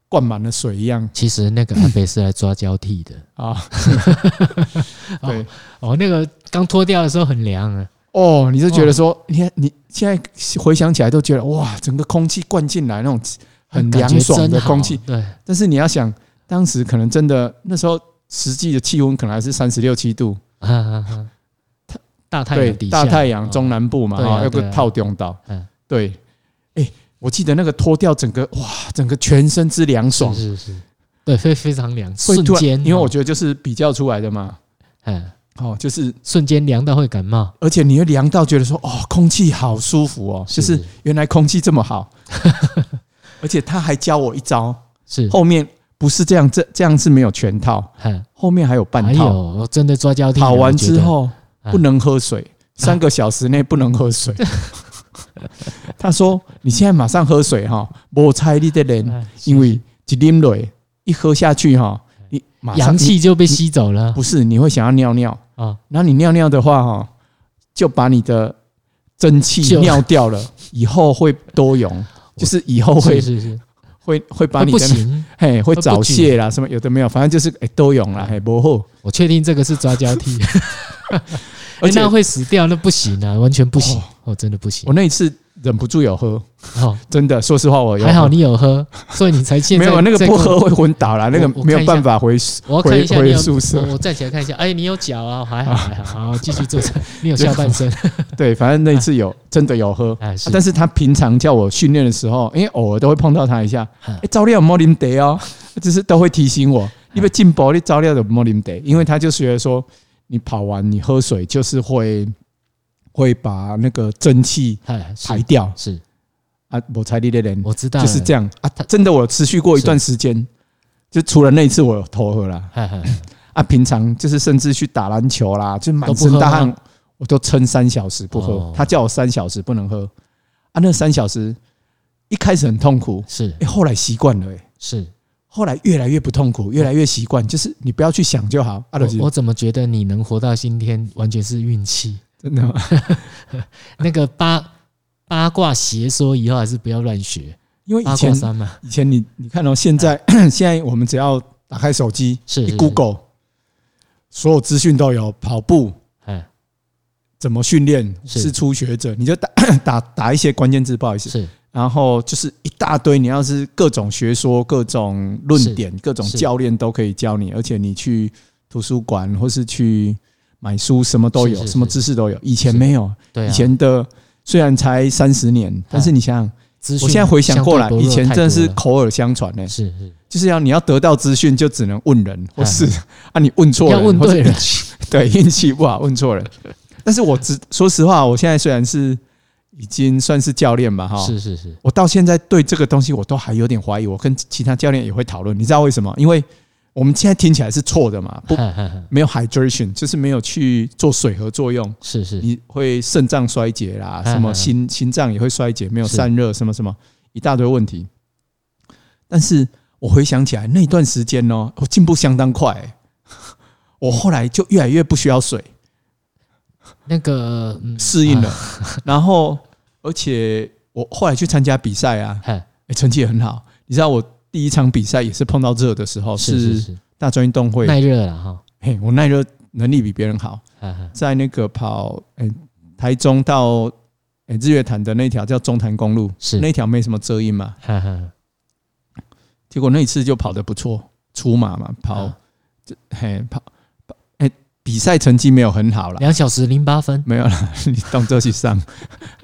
Speaker 2: 灌满了水一样
Speaker 1: 其实那个阿贝是来抓交替的。。
Speaker 2: 啊对，
Speaker 1: 哦，那个刚脱掉的时候很凉啊，
Speaker 2: 哦，你就觉得说，你看你现在回想起来都觉得哇，整个空气灌进来那种很
Speaker 1: 嗯感
Speaker 2: 凉
Speaker 1: 觉
Speaker 2: 爽的
Speaker 1: 真好
Speaker 2: 空气。
Speaker 1: 对，
Speaker 2: 但是你要想，当时可能真的那时候实际的气温可能还是三十六七度，
Speaker 1: 啊啊啊！大太
Speaker 2: 对
Speaker 1: 阳底，下，
Speaker 2: 大太阳中
Speaker 1: 哦
Speaker 2: 南部嘛，
Speaker 1: 对啊
Speaker 2: 哈，有
Speaker 1: 对
Speaker 2: 个
Speaker 1: 啊
Speaker 2: 套中岛
Speaker 1: 嗯，
Speaker 2: 对，哎，我记得那个脱掉整个哇，整个全身之凉爽，
Speaker 1: 是是是，对，非非常凉，
Speaker 2: 会
Speaker 1: 瞬
Speaker 2: 突然，
Speaker 1: 间，哦
Speaker 2: 因为我
Speaker 1: 得，
Speaker 2: 觉得就是比较出来的嘛，
Speaker 1: 嗯，
Speaker 2: 哦，就是
Speaker 1: 瞬间凉到会感冒，
Speaker 2: 而且你会凉到觉得说，哦，空气好舒服哦，就是是原来空气这 么好，而且他还教我一招，
Speaker 1: 是，
Speaker 2: 后面不是这样，这这样是没有全套，
Speaker 1: 嗯，
Speaker 2: 后面还有半
Speaker 1: 还有
Speaker 2: 套。
Speaker 1: 我真的抓交替了，啊
Speaker 2: 跑完
Speaker 1: 我觉
Speaker 2: 之
Speaker 1: 得，
Speaker 2: 后
Speaker 1: 啊
Speaker 2: 不能喝水，三个小时内不能喝水，他说：“你现在马上喝水哈，我猜你的人，
Speaker 1: 哎
Speaker 2: 因为一啉水一喝下去哈，你马上
Speaker 1: 哎阳气就被吸走了
Speaker 2: 不是你会想要尿尿，
Speaker 1: 啊，
Speaker 2: 然后你尿尿的话哈，就把你的蒸汽
Speaker 1: 就
Speaker 2: 尿掉了，以后会多溶，就是以后会
Speaker 1: 是是是，
Speaker 2: 会会把
Speaker 1: 啊
Speaker 2: 你
Speaker 1: 不
Speaker 2: 的
Speaker 1: 行，
Speaker 2: 嘿会
Speaker 1: 会不
Speaker 2: 早
Speaker 1: 举
Speaker 2: 泄啦什么有的没有，反正就是哎多溶啦嘿不好，
Speaker 1: 我确定这个是抓交替，
Speaker 2: 而
Speaker 1: 哎
Speaker 2: 且
Speaker 1: 那会死掉，那不行啊，完全不行
Speaker 2: 哦，
Speaker 1: 哦，真的不行
Speaker 2: 我，那一次忍不住有喝，
Speaker 1: 哦，
Speaker 2: 真的说实话我有喝
Speaker 1: 还好你有喝，所以你才现
Speaker 2: 没
Speaker 1: 在
Speaker 2: 有那个
Speaker 1: 在
Speaker 2: 不
Speaker 1: 跟我
Speaker 2: 喝会昏倒啦，那个
Speaker 1: 我我
Speaker 2: 没有
Speaker 1: 看一下
Speaker 2: 办法回
Speaker 1: 我要看一下
Speaker 2: 回
Speaker 1: 你有
Speaker 2: 回宿舍
Speaker 1: 我我站起来看一下，哎，你有脚啊，还好还好，好，继续坐着， 你有下半身，
Speaker 2: 对，反正那一次有真的有喝。
Speaker 1: 哎，是
Speaker 2: 啊，但是他平常叫我训练的时候，因为偶尔都会碰到他一下，
Speaker 1: 嗯
Speaker 2: 哎、照料莫林 得哦，就是都会提醒我，你不进步，你照料的莫林得，因为他就觉得说，你跑完你喝水就是会会把那个蒸汽
Speaker 1: 哎，
Speaker 2: 排
Speaker 1: 是
Speaker 2: 掉
Speaker 1: 是，
Speaker 2: 啊，我才力的人
Speaker 1: 我知道，
Speaker 2: 就是这
Speaker 1: 样，
Speaker 2: 样啊
Speaker 1: 他，
Speaker 2: 真的我持续过一段时间，就除了那一次我有偷喝啦，
Speaker 1: 哎哎，
Speaker 2: 啊，平常就是甚至去打篮球啦，就满身大
Speaker 1: 都不喝
Speaker 2: 汗，我都撑三小时不喝
Speaker 1: 哦。
Speaker 2: 他叫我三小时不能喝，啊，那三小时一开始很痛苦，
Speaker 1: 是
Speaker 2: 哎，后来习惯了，哎，
Speaker 1: 是，
Speaker 2: 后来越来越不痛苦，越来越习惯，就是你不要去想就好。啊，就是
Speaker 1: 我我怎么觉得你能活到今天，完全是运气。
Speaker 2: 真的吗，
Speaker 1: 那个八八卦邪说以后还是不要乱学，
Speaker 2: 因为以
Speaker 1: 八卦
Speaker 2: 前
Speaker 1: 山嘛，
Speaker 2: 以前你你看到哦现在 现在我们只要打开手机
Speaker 1: 是
Speaker 2: 一
Speaker 1: 是
Speaker 2: Google，所有资讯都有，跑步
Speaker 1: 哎，
Speaker 2: 怎么训练
Speaker 1: 是
Speaker 2: 是初学者，你就打 打打一些关键字，不好意思。
Speaker 1: 是
Speaker 2: 然后就是一大堆，你要是各种学说、各种论点、各种
Speaker 1: 是
Speaker 2: 教练都可以教你，而且你去图书馆或是去买书，什么都有，
Speaker 1: 是是是
Speaker 2: 什么知识都有。以前没有，
Speaker 1: 对啊。啊
Speaker 2: 以前的虽然才三十年，但是你想想，
Speaker 1: 资讯
Speaker 2: 我现在回想过来，
Speaker 1: 相对薄
Speaker 2: 以
Speaker 1: 弱
Speaker 2: 前
Speaker 1: 太
Speaker 2: 真的是
Speaker 1: 多了
Speaker 2: 口耳相传呢、
Speaker 1: 是是
Speaker 2: 就是要你要得到资讯，就只能问人，或是啊你问错
Speaker 1: 要
Speaker 2: 人，
Speaker 1: 问
Speaker 2: 或者
Speaker 1: 对 人，
Speaker 2: 对，运气不好，问错人。但是我只说实话，我现在虽然是已经算是教练吧，哈，
Speaker 1: 是是是，
Speaker 2: 我到现在对这个东西我都还有点怀疑，我跟其他教练也会讨论，你知道为什么？因为我们现在听起来是错的嘛，不
Speaker 1: 嗨嗨嗨
Speaker 2: 没有 hydration，就是没有去做水合作用，
Speaker 1: 是是
Speaker 2: 你会肾脏衰竭啦，
Speaker 1: 嗯
Speaker 2: 什么
Speaker 1: 嗯
Speaker 2: 心心脏也会衰竭，没有
Speaker 1: 是
Speaker 2: 散热，什么什么一大堆问题。但是我回想起来那段时间哦，我进步相当快、 我后来就越来越不需要水，
Speaker 1: 那个嗯
Speaker 2: 适应了，然后而且我后来去参加比赛啊，
Speaker 1: 嗨
Speaker 2: 欸，成绩也很好。你知道我第一场比赛也是碰到热的时候，
Speaker 1: 是是
Speaker 2: 是
Speaker 1: 是
Speaker 2: 大专运动会，
Speaker 1: 耐热了哈，
Speaker 2: 嘿，我耐热能力比别人好，
Speaker 1: 嗨嗨
Speaker 2: 在那个跑诶、台中到诶、日月潭的那条叫中潭公路，
Speaker 1: 是
Speaker 2: 那条没什么遮阴嘛，
Speaker 1: 嗨嗨
Speaker 2: 结果那一次就跑得不错，出马嘛，跑
Speaker 1: 啊
Speaker 2: 这、嘿跑跑诶、比赛成绩没有很好啦，
Speaker 1: 两小时零八分，
Speaker 2: 没有啦， 你动作 去上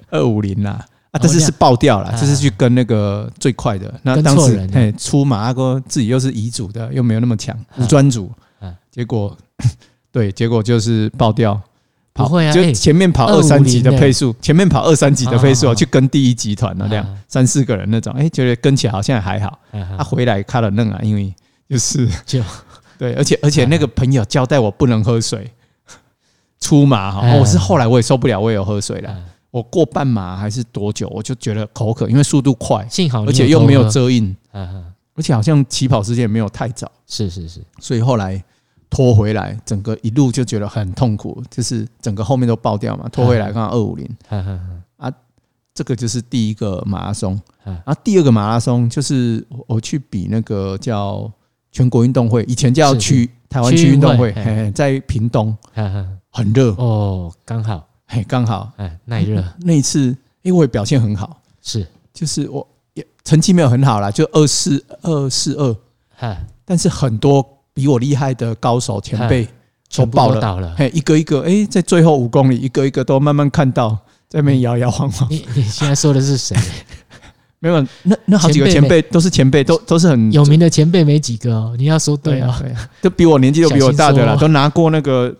Speaker 2: 二五零啦。啊，
Speaker 1: 哦
Speaker 2: 但是
Speaker 1: 这样
Speaker 2: 是爆掉了，
Speaker 1: 啊
Speaker 2: 就是去跟那个最快的。那
Speaker 1: 跟
Speaker 2: 当
Speaker 1: 错
Speaker 2: 时
Speaker 1: 人了
Speaker 2: 哎，出马阿哥自己又是乙组的，又没有那么强，
Speaker 1: 啊
Speaker 2: 五专组
Speaker 1: 啊。
Speaker 2: 结果 对，结果就是爆掉。跑
Speaker 1: 不会啊
Speaker 2: 就
Speaker 1: 哎
Speaker 2: 前面跑二
Speaker 1: 250
Speaker 2: 三级的
Speaker 1: 呢
Speaker 2: 配速，前面跑二三级的配速
Speaker 1: 啊啊
Speaker 2: 哦，
Speaker 1: 啊
Speaker 2: 去跟第一集团那样
Speaker 1: 啊
Speaker 2: 三四个人那种，哎，觉得跟起来好像还好。
Speaker 1: 嗨
Speaker 2: 他
Speaker 1: 嗨
Speaker 2: 回来卡了嫩啊，因为就是
Speaker 1: 就 哎
Speaker 2: 对，而且而且那个朋友交代我不能喝水，出马哈、哦
Speaker 1: 哎
Speaker 2: 我是后来我也受不了，我也有喝水了。
Speaker 1: 哎
Speaker 2: 我过半马还是多久，我就觉得口渴，因为速度快，
Speaker 1: 幸哦好你
Speaker 2: 而且又没有
Speaker 1: 偷喝，
Speaker 2: 遮印，
Speaker 1: 嗨嗨
Speaker 2: 而且好像起跑时间也没有太早，
Speaker 1: 是是是
Speaker 2: 所以后来拖回来，整个一路就觉得很痛苦，就是整个后面都爆掉嘛，拖回
Speaker 1: 哎
Speaker 2: 来刚好二五零，
Speaker 1: 嗨嗨嗨
Speaker 2: 这个就是第一个马拉松。
Speaker 1: 嗯
Speaker 2: 然后第二个马拉松就是我我去比那个叫全国运动会，以前叫
Speaker 1: 是是
Speaker 2: 区台湾
Speaker 1: 区
Speaker 2: 区
Speaker 1: 运
Speaker 2: 运动
Speaker 1: 会
Speaker 2: 会，
Speaker 1: 嘿
Speaker 2: 嘿嘿在屏东
Speaker 1: 嗨 嗨
Speaker 2: 很热，
Speaker 1: 哦，刚好
Speaker 2: 嘿，刚好
Speaker 1: 哎耐 热
Speaker 2: 那一次，因为我也表现很好，
Speaker 1: 是
Speaker 2: 就是我也成绩没有很好啦，就二四二四二，
Speaker 1: 嗨，
Speaker 2: 但是很多比我厉害的高手前辈，
Speaker 1: 全部
Speaker 2: 爆
Speaker 1: 都
Speaker 2: 了
Speaker 1: 倒了。
Speaker 2: 嘿，一个一个，哎，在最后五公里，一个一个都慢慢看到，在那
Speaker 1: 嗯
Speaker 2: 边摇摇晃晃，
Speaker 1: 你你现在说的是 谁？
Speaker 2: 嗯没有，那那好几个
Speaker 1: 前
Speaker 2: 前
Speaker 1: 辈
Speaker 2: 辈都是前辈，都都是很
Speaker 1: 有名的前辈没几个哦，你要说对哦。
Speaker 2: 对啊，都比我年纪都比我大的
Speaker 1: 小
Speaker 2: 啦，
Speaker 1: 心说
Speaker 2: 都拿过那个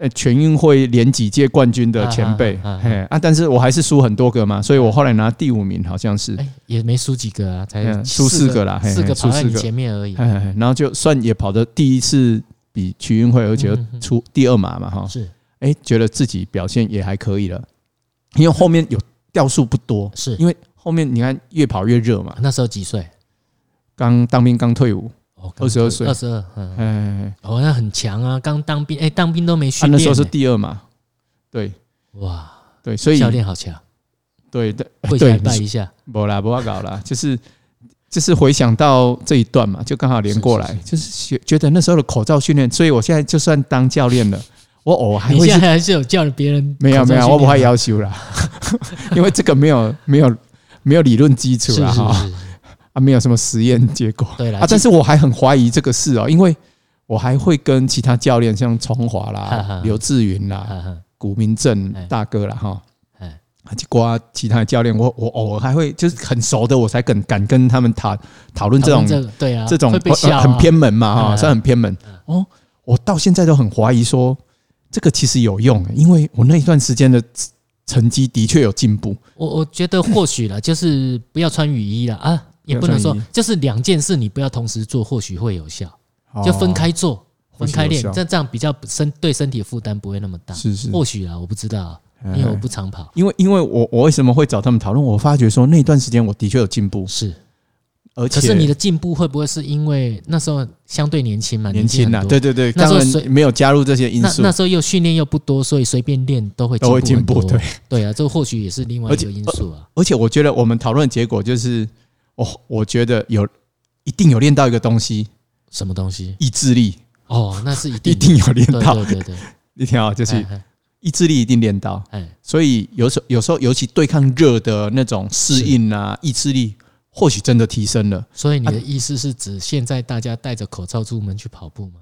Speaker 2: 呃全运会连几届冠军的前辈
Speaker 1: 啊啊啊啊，
Speaker 2: 嘿啊，但是我还是输很多个嘛，所以我后来拿第五名，好像是，
Speaker 1: 哎，也没输几个啊，才
Speaker 2: 嗯输四个啦嘿嘿
Speaker 1: 四个
Speaker 2: 输
Speaker 1: 跑在
Speaker 2: 四
Speaker 1: 你
Speaker 2: 个
Speaker 1: 前面而已。
Speaker 2: 嘿嘿嘿然后就算也跑的第一次比全运会，而且
Speaker 1: 嗯嗯
Speaker 2: 又出第二码嘛哈，
Speaker 1: 是
Speaker 2: 哎，觉得自己表现也还可以了，因为后面有掉数不多，
Speaker 1: 是
Speaker 2: 因为后面你看越跑越热嘛，
Speaker 1: 那时候几岁？
Speaker 2: 刚当兵刚退伍，
Speaker 1: 哦，
Speaker 2: 22岁
Speaker 1: 二十二，嗯，
Speaker 2: 哎，
Speaker 1: 哦，那很强啊，刚当兵，哎、当兵都没
Speaker 2: 他
Speaker 1: 训
Speaker 2: 啊那
Speaker 1: 练、
Speaker 2: 时候是
Speaker 1: 哎
Speaker 2: 第二嘛，对
Speaker 1: 哇，
Speaker 2: 对，所以
Speaker 1: 教练好强，
Speaker 2: 对对
Speaker 1: 跪下
Speaker 2: 对
Speaker 1: 来，拜一下，
Speaker 2: 不啦不要搞啦，就是就是回想到这一段嘛，就刚好连过来，
Speaker 1: 是是是
Speaker 2: 就是觉觉得那时候的口罩训练，所以我现在就算当教练了，我偶 尔还
Speaker 1: 你
Speaker 2: 会
Speaker 1: 现
Speaker 2: 是
Speaker 1: 在还是有叫别人
Speaker 2: 没有
Speaker 1: 口罩训
Speaker 2: 没有，
Speaker 1: 练
Speaker 2: 我不会
Speaker 1: 吗
Speaker 2: 要求啦， 因为这个没有没有没有理论基础
Speaker 1: 是
Speaker 2: 啦
Speaker 1: 是
Speaker 2: 哈
Speaker 1: 是，
Speaker 2: 啊没有什么实验结果
Speaker 1: 对啦
Speaker 2: 啊，但是我还很怀疑这个事哦，因为我还会跟其他教练像崇华
Speaker 1: 哈哈
Speaker 2: 啦、刘志云啦、
Speaker 1: 啊哈
Speaker 2: 古明正
Speaker 1: 哎
Speaker 2: 大哥啦哈，
Speaker 1: 哎
Speaker 2: 啊，就括其他的教练，我我偶尔还会就是很熟的，我才敢敢跟他们讨讨论这
Speaker 1: 讨论这
Speaker 2: 种
Speaker 1: 个对啊，
Speaker 2: 这种呃
Speaker 1: 会被笑啊
Speaker 2: 很偏门嘛
Speaker 1: 哎
Speaker 2: 哈，
Speaker 1: 哎
Speaker 2: 算很偏门
Speaker 1: 哎
Speaker 2: 哦。我到现在都很怀疑说这个其实有用，啊因为我那一段时间的成绩的确有进步。
Speaker 1: 我我觉得或许啦，就是不要穿雨衣啦啊，也不
Speaker 2: 不 要穿
Speaker 1: 能说
Speaker 2: 雨衣
Speaker 1: 就是两件事你不要同时做，或许会有效，哦就分开做，
Speaker 2: 哦或
Speaker 1: 分
Speaker 2: 许有
Speaker 1: 开练
Speaker 2: 效，
Speaker 1: 这这样比较身对身体的啊负担不会那么大。
Speaker 2: 是是，
Speaker 1: 或许啦，我不知道啊，
Speaker 2: 哎
Speaker 1: 因为我不常跑。
Speaker 2: 因为因为我我为什么会找他们讨论？我发觉说那段时间我的确有进步，
Speaker 1: 是，
Speaker 2: 而且
Speaker 1: 可是你的进步会不会是因为那时候相对年轻嘛？
Speaker 2: 年轻啊
Speaker 1: 呐
Speaker 2: 呐，，对对对，
Speaker 1: 那时候
Speaker 2: 当
Speaker 1: 随
Speaker 2: 然没有加入这些因
Speaker 1: 那
Speaker 2: 素啊
Speaker 1: 那，时候又训练又不多，所以随便练都会
Speaker 2: 都会进步
Speaker 1: 很多
Speaker 2: 对。
Speaker 1: 对啊，这或许也是另外一
Speaker 2: 而且
Speaker 1: 个因素啊。
Speaker 2: 而且我觉得我们讨论的结果就是，我我觉得有一定有练到一个东西，
Speaker 1: 什么东西？
Speaker 2: 意志力
Speaker 1: 哦，那是一定
Speaker 2: 一
Speaker 1: 的
Speaker 2: 定有练
Speaker 1: 对
Speaker 2: 到
Speaker 1: 对。对对，
Speaker 2: 你听好， 就是
Speaker 1: 哎
Speaker 2: 意志力一定练到，
Speaker 1: 哎
Speaker 2: 所以有时候有时候尤其对抗热的那种适应啊，意志力或许真的提升了，
Speaker 1: 所以你的意思是指现在大家戴着口罩出门去跑步吗？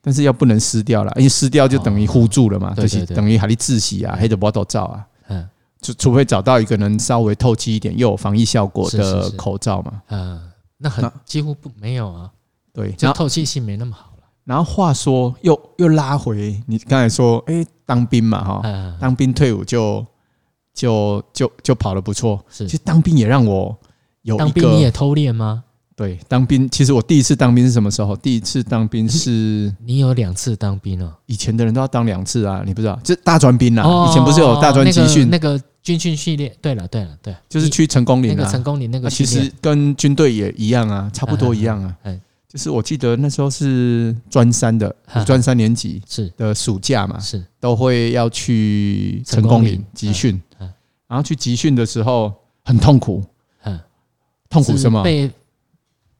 Speaker 2: 但是要不能失掉了，因为失掉就等于互助了嘛，
Speaker 1: 哦
Speaker 2: 就
Speaker 1: 对
Speaker 2: 是
Speaker 1: 对对
Speaker 2: 等于还得窒息啊，还得不要罩啊。
Speaker 1: 嗯
Speaker 2: 除除非找到一个能稍微透气一点又有防疫效果
Speaker 1: 是
Speaker 2: 的
Speaker 1: 是是
Speaker 2: 口罩嘛，
Speaker 1: 嗯，那很几乎不没有啊，
Speaker 2: 对。然
Speaker 1: 就
Speaker 2: 后
Speaker 1: 透气性没那么好了。
Speaker 2: 然后话说又又拉回你刚才说，哎，当兵嘛哈，
Speaker 1: 嗯，
Speaker 2: 当兵退伍就就就就跑得不错。
Speaker 1: 是
Speaker 2: 其实当兵也让我有
Speaker 1: 当
Speaker 2: 一
Speaker 1: 兵
Speaker 2: 个
Speaker 1: 你也偷练吗？
Speaker 2: 对当兵。其实我第一次当兵是什么时候？第一次当兵是
Speaker 1: 你有两次当兵哦？
Speaker 2: 以前的人都要当两次啊，你不知道？这大专兵啊，
Speaker 1: 哦
Speaker 2: 以前不是有大专集训，
Speaker 1: 那个那个军训系列？对了对了对，
Speaker 2: 就是
Speaker 1: 你
Speaker 2: 去成功
Speaker 1: 那
Speaker 2: 岭
Speaker 1: 个
Speaker 2: 啊。
Speaker 1: 成功岭那
Speaker 2: 啊
Speaker 1: 个
Speaker 2: 其
Speaker 1: 训
Speaker 2: 实
Speaker 1: 练。
Speaker 2: 跟军队也一样啊，差不多一样啊。
Speaker 1: 嗯嗯嗯
Speaker 2: 就是我记得那时候是专三的
Speaker 1: 嗯，
Speaker 2: 专三年级
Speaker 1: 是
Speaker 2: 的暑假嘛，
Speaker 1: 是
Speaker 2: 都会要去成
Speaker 1: 成功
Speaker 2: 功
Speaker 1: 岭
Speaker 2: 岭集训
Speaker 1: 嗯嗯，
Speaker 2: 然后去集训的时候很痛苦，
Speaker 1: 嗯，
Speaker 2: 痛苦什么
Speaker 1: 是？被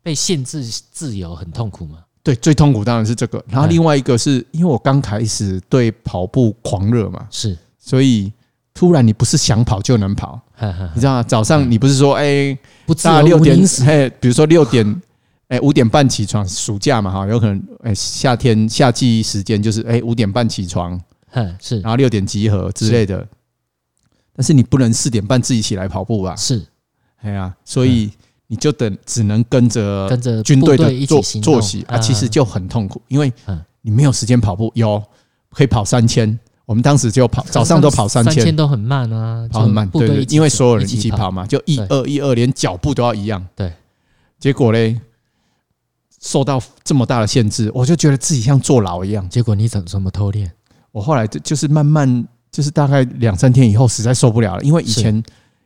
Speaker 1: 被限制自由很痛苦吗？
Speaker 2: 对，最痛苦当然是这个。然后
Speaker 1: 嗯
Speaker 2: 另外一个是因为我刚开始对跑步狂热嘛，
Speaker 1: 是，
Speaker 2: 所以突然你不是想跑就能跑，
Speaker 1: 哈哈
Speaker 2: 你，知道吗？早上你不是说哎，
Speaker 1: 不嗯自
Speaker 2: 大家
Speaker 1: 由
Speaker 2: 六
Speaker 1: 无
Speaker 2: 点
Speaker 1: 宁死
Speaker 2: 哎，比如说六点。哎，五点半起床，暑假嘛哈，有可能哎，夏天夏季时间就是哎五点半起床，
Speaker 1: 嗯，是
Speaker 2: 然后六点集合之类的。但是你不能四点半自己起来跑步吧？
Speaker 1: 是
Speaker 2: 哎呀，所以你就等，只能跟着
Speaker 1: 跟着
Speaker 2: 啊军
Speaker 1: 部
Speaker 2: 队
Speaker 1: 一起
Speaker 2: 的作
Speaker 1: 行
Speaker 2: 作
Speaker 1: 动
Speaker 2: 息啊，其实就很痛苦，因为
Speaker 1: 嗯
Speaker 2: 你没有时间跑步，有可以跑三千，我们当时就跑早上都跑三
Speaker 1: 三
Speaker 2: 千，
Speaker 1: 都很慢啊，
Speaker 2: 跑很慢，
Speaker 1: 就部
Speaker 2: 对
Speaker 1: 队
Speaker 2: 对
Speaker 1: 一，起
Speaker 2: 因为所有人一
Speaker 1: 一
Speaker 2: 起
Speaker 1: 跑，
Speaker 2: 跑嘛，就一
Speaker 1: 对
Speaker 2: 二一二，连脚步都要一样。
Speaker 1: 对，
Speaker 2: 结果嘞，受到这么大的限制，我就觉得自己像坐牢一样。
Speaker 1: 结果你怎怎么偷练？
Speaker 2: 我后来就就是慢慢，就是大概两三天以后，实在受不了了，因为以前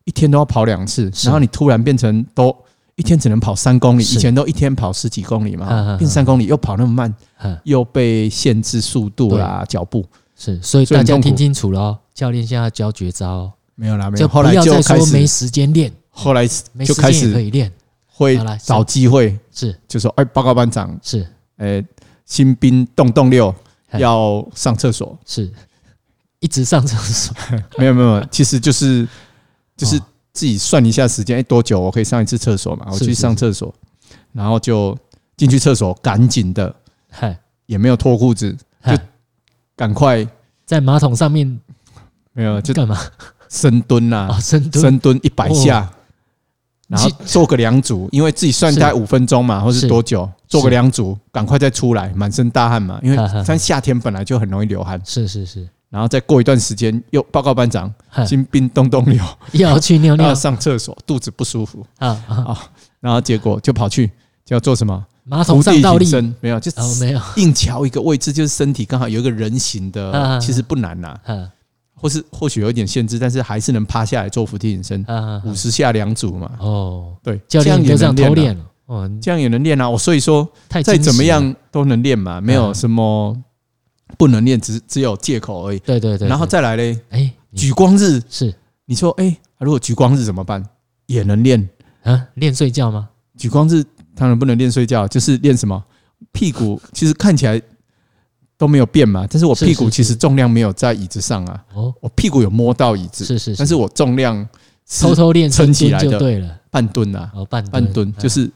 Speaker 2: 一天都要跑两次，
Speaker 1: 是
Speaker 2: 然后你突然变成都一天只能跑三公里，
Speaker 1: 是
Speaker 2: 以前都一天跑十几公里
Speaker 1: 嗯嗯
Speaker 2: 嘛，
Speaker 1: 嗯
Speaker 2: 变三公里又跑那么慢，
Speaker 1: 嗯，
Speaker 2: 又被限制速度啦、脚步。
Speaker 1: 是，所以
Speaker 2: 所以
Speaker 1: 大
Speaker 2: 很
Speaker 1: 家
Speaker 2: 痛苦
Speaker 1: 听清楚喽，教练现在要教绝招哦，
Speaker 2: 没有啦，没
Speaker 1: 就
Speaker 2: 有。后
Speaker 1: 不
Speaker 2: 来
Speaker 1: 要
Speaker 2: 就
Speaker 1: 再
Speaker 2: 开
Speaker 1: 说没
Speaker 2: 始，
Speaker 1: 时间练，
Speaker 2: 后来
Speaker 1: 没
Speaker 2: 就
Speaker 1: 时
Speaker 2: 开
Speaker 1: 间也可
Speaker 2: 始
Speaker 1: 以练，
Speaker 2: 会
Speaker 1: 好啦是
Speaker 2: 找机会，
Speaker 1: 是
Speaker 2: 就说：“哎，报告班长，
Speaker 1: 是
Speaker 2: 呃，新兵动动六
Speaker 1: 嗯
Speaker 2: 要上厕所。
Speaker 1: 是，一直上厕 所，”
Speaker 2: 没有没有，其实就是就是
Speaker 1: 哦
Speaker 2: 自己算一下时间，哎、多久我可以上一次厕所嘛？我
Speaker 1: 是是
Speaker 2: 去上厕所，然后就进去厕所，赶紧的，
Speaker 1: 嗨，
Speaker 2: 也没有脱裤子，
Speaker 1: 嗨
Speaker 2: 就赶快
Speaker 1: 在马桶上面
Speaker 2: 没有就啊
Speaker 1: 干嘛？
Speaker 2: 深蹲呐、
Speaker 1: 嗯哦，深蹲，
Speaker 2: 深蹲一百下，然后
Speaker 1: 其
Speaker 2: 做个两组，因为自己算
Speaker 1: 是
Speaker 2: 大概五分钟嘛，或是
Speaker 1: 是
Speaker 2: 多久，做个
Speaker 1: 是
Speaker 2: 两组，赶快再出来，满身大汗嘛，因
Speaker 1: 哈哈哈
Speaker 2: 为像夏天本来就很容易流汗，
Speaker 1: 是是是，
Speaker 2: 然后再过一段时间又报告班长，
Speaker 1: 嗨
Speaker 2: 新兵东
Speaker 1: 哦
Speaker 2: 东流，
Speaker 1: 要去尿
Speaker 2: 然
Speaker 1: 尿
Speaker 2: 后上厕所肚子不舒服，
Speaker 1: 啊啊，
Speaker 2: 哦然后结果就跑去就要做什么？
Speaker 1: 马桶
Speaker 2: 伏
Speaker 1: 上
Speaker 2: 地
Speaker 1: 倒立，
Speaker 2: 挺身，没有，就
Speaker 1: 哦，没有，
Speaker 2: 硬瞧一个位置，就是身体刚好有一个人形
Speaker 1: 啊啊啊
Speaker 2: 的，其实不难呐、
Speaker 1: 嗯，
Speaker 2: 或是或许有一点限制，但是还是能趴下来做伏地挺身，
Speaker 1: 啊，
Speaker 2: 五十下两组嘛。
Speaker 1: 哦，
Speaker 2: 对，
Speaker 1: 教练
Speaker 2: 嗯也
Speaker 1: 就这样
Speaker 2: 能
Speaker 1: 偷
Speaker 2: 啊，
Speaker 1: 练了，哦，
Speaker 2: 这样也能练啊。我所以说，
Speaker 1: 太
Speaker 2: 再
Speaker 1: 惊喜
Speaker 2: 怎么
Speaker 1: 了，啊
Speaker 2: 样都能练嘛，没有什么不能练，只只有借口而已。
Speaker 1: 对对对，
Speaker 2: 然后
Speaker 1: 对
Speaker 2: 再来嘞，
Speaker 1: 哎，你
Speaker 2: 举光日，
Speaker 1: 是
Speaker 2: 你说哎、如果举光日怎么办？也能练，
Speaker 1: 啊，练睡觉吗？
Speaker 2: 举光日当然不能练睡觉，就是练什么屁股，其实看起来都没有变嘛，但是我
Speaker 1: 是
Speaker 2: 屁股
Speaker 1: 是
Speaker 2: 其实
Speaker 1: 是
Speaker 2: 重量没有在椅子上啊，
Speaker 1: 哦，
Speaker 2: 我屁股有摸到椅子，
Speaker 1: 是是，
Speaker 2: 但是我重量是
Speaker 1: 偷偷练深
Speaker 2: 撑起
Speaker 1: 蹲
Speaker 2: 来
Speaker 1: 就
Speaker 2: 的
Speaker 1: 对了，
Speaker 2: 半吨啊，
Speaker 1: 哦，半
Speaker 2: 半吨
Speaker 1: 嗯
Speaker 2: 就是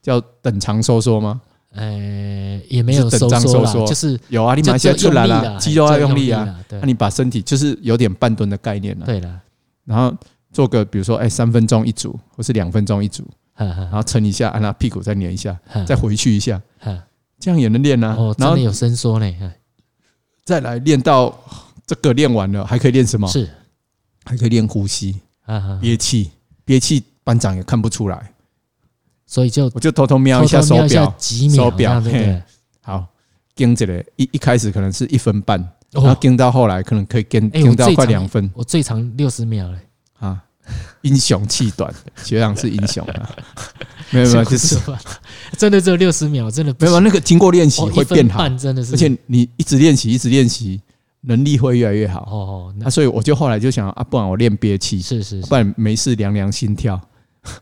Speaker 2: 叫等长收缩吗？
Speaker 1: 呃，也没有
Speaker 2: 是
Speaker 1: 收
Speaker 2: 等张
Speaker 1: 缩啦
Speaker 2: 收，缩
Speaker 1: 就是
Speaker 2: 有啊，你
Speaker 1: 就
Speaker 2: 马
Speaker 1: 只
Speaker 2: 上
Speaker 1: 有
Speaker 2: 出
Speaker 1: 用
Speaker 2: 来
Speaker 1: 力
Speaker 2: 啦，
Speaker 1: 啦，
Speaker 2: 肌肉要
Speaker 1: 只有
Speaker 2: 用
Speaker 1: 用
Speaker 2: 力啊，
Speaker 1: 啦，
Speaker 2: 那
Speaker 1: 对
Speaker 2: 你把身体就是有点半蹲的概念了、
Speaker 1: 对了，
Speaker 2: 然后做个比如说哎三分钟一组，或是两分钟一组，
Speaker 1: 哈哈
Speaker 2: 然后撑一下，按、啊、屁股再捻一下，
Speaker 1: 哈
Speaker 2: 再回去一下，
Speaker 1: 哈
Speaker 2: 这样也能练啊。
Speaker 1: 嗯哦，真
Speaker 2: 然后
Speaker 1: 的有伸缩呢，
Speaker 2: 再来练到这个练完了，还可以练什么
Speaker 1: 哈？是
Speaker 2: 还可以练呼吸、
Speaker 1: 啊，哈
Speaker 2: 憋气，憋气班长也看不出来，
Speaker 1: 所以就
Speaker 2: 我就偷偷
Speaker 1: 偷
Speaker 2: 瞄
Speaker 1: 偷
Speaker 2: 一下手
Speaker 1: 瞄一下
Speaker 2: 表，
Speaker 1: 几秒
Speaker 2: 手表
Speaker 1: 这样对不对？
Speaker 2: 好，跟着嘞，一一开始可能是一分半，然后
Speaker 1: 哦，
Speaker 2: 跟到后来可能可以跟
Speaker 1: 哎我
Speaker 2: 跟到
Speaker 1: 最
Speaker 2: 快
Speaker 1: 常
Speaker 2: 两分
Speaker 1: 我最长六十秒嘞，
Speaker 2: 啊。英雄气 短，学长是英雄啊，没有没有，就是
Speaker 1: 吧？ 真的只有六十秒，真的不
Speaker 2: 没有
Speaker 1: 行
Speaker 2: 那个经过练习
Speaker 1: 哦
Speaker 2: 会
Speaker 1: 一
Speaker 2: 变
Speaker 1: 分
Speaker 2: 好，
Speaker 1: 半真的是，
Speaker 2: 而且你一直练习，一直练习，能力会越来越好。
Speaker 1: 哦，那
Speaker 2: 那所以我就后来就想啊，不然我练憋气，
Speaker 1: 是是是
Speaker 2: 不，然没事量量心跳，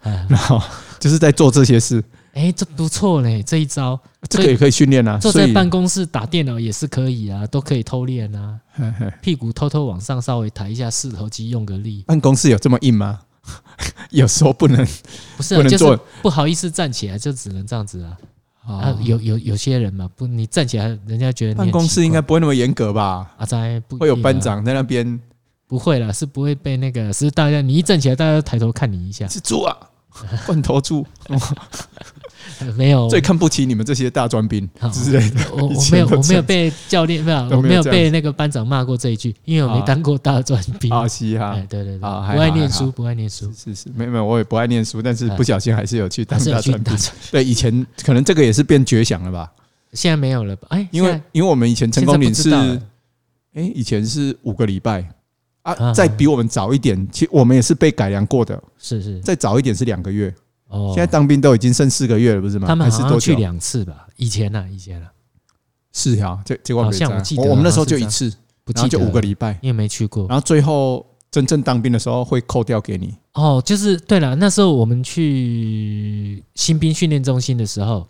Speaker 1: 哎
Speaker 2: 然后就是在做这些事，
Speaker 1: 哎，这不错嘞，这一招
Speaker 2: 这个也可以训练啊。
Speaker 1: 坐
Speaker 2: 所
Speaker 1: 在
Speaker 2: 以，
Speaker 1: 办公室打电脑也是可以啊，都可以偷练啊，
Speaker 2: 嘿嘿
Speaker 1: 屁股偷偷往上稍微抬一下，四头肌用个力，
Speaker 2: 办公室有这么硬吗？ 有时候不能
Speaker 1: 不是、
Speaker 2: 不
Speaker 1: 啊，
Speaker 2: 能
Speaker 1: 就
Speaker 2: 做
Speaker 1: 是不好意思站起来，就只能这样子啊。啊
Speaker 2: 啊，
Speaker 1: 有有有些人嘛，不，你站起来，人家觉得你很
Speaker 2: 办公室
Speaker 1: 奇怪
Speaker 2: 应该不会那么严格吧？
Speaker 1: 啊，在不一定啊
Speaker 2: 会有班长在那边
Speaker 1: 不会啦，是不会被那个，是大家你一站起来，大家都抬头看你一 下，
Speaker 2: 是猪 啊，罐头猪，
Speaker 1: 呃没有，
Speaker 2: 最看不起你们这些大专兵
Speaker 1: 好
Speaker 2: 之类的。
Speaker 1: 我
Speaker 2: 以
Speaker 1: 我没
Speaker 2: 前
Speaker 1: 有
Speaker 2: 都
Speaker 1: 我
Speaker 2: 这
Speaker 1: 没有
Speaker 2: 样
Speaker 1: 被教练没有，
Speaker 2: 都
Speaker 1: 我
Speaker 2: 没
Speaker 1: 没
Speaker 2: 有
Speaker 1: 有
Speaker 2: 这样
Speaker 1: 被那个班长骂过这一句，因为我没
Speaker 2: 啊
Speaker 1: 当过大专兵。
Speaker 2: 啊，嘻哈
Speaker 1: 哎，，对对对，不
Speaker 2: 啊还好
Speaker 1: 爱念
Speaker 2: 还
Speaker 1: 书，
Speaker 2: 好
Speaker 1: 不爱念书，
Speaker 2: 是是，没有没有，我也不爱念书，但是
Speaker 1: 哎
Speaker 2: 不小心还是有去当
Speaker 1: 还是
Speaker 2: 大
Speaker 1: 有去
Speaker 2: 专
Speaker 1: 大
Speaker 2: 兵。
Speaker 1: 专，
Speaker 2: 对，以前可能这个也是变绝响了吧？
Speaker 1: 现在没有了吧？哎，
Speaker 2: 因为
Speaker 1: 现在
Speaker 2: 因为我们以前成功岭是，
Speaker 1: 现在不
Speaker 2: 哎
Speaker 1: 知道、
Speaker 2: 以前是五个礼拜啊，
Speaker 1: 啊
Speaker 2: 再比我们早一点，其实我们也是被改良过的，
Speaker 1: 是是
Speaker 2: 再早一点是两个月，
Speaker 1: 哦，
Speaker 2: 现在当兵都已经剩四个月了，不是吗？
Speaker 1: 他们
Speaker 2: 还是
Speaker 1: 好
Speaker 2: 多
Speaker 1: 像去
Speaker 2: 久？
Speaker 1: 两次吧，以前呢、啊，以前啊，
Speaker 2: 是啊，结结果
Speaker 1: 好
Speaker 2: 没
Speaker 1: 像
Speaker 2: 在
Speaker 1: 我记得
Speaker 2: 我
Speaker 1: 好
Speaker 2: 们那
Speaker 1: 像
Speaker 2: 时候就是
Speaker 1: 这
Speaker 2: 一
Speaker 1: 样
Speaker 2: 次，
Speaker 1: 不
Speaker 2: 然
Speaker 1: 记
Speaker 2: 后
Speaker 1: 得哦
Speaker 2: 就五个礼拜，
Speaker 1: 你也没去过
Speaker 2: 然后最后真正当兵的时候会扣掉给你。
Speaker 1: 哦。就是对了，那时候我们去新兵训练中心的时候，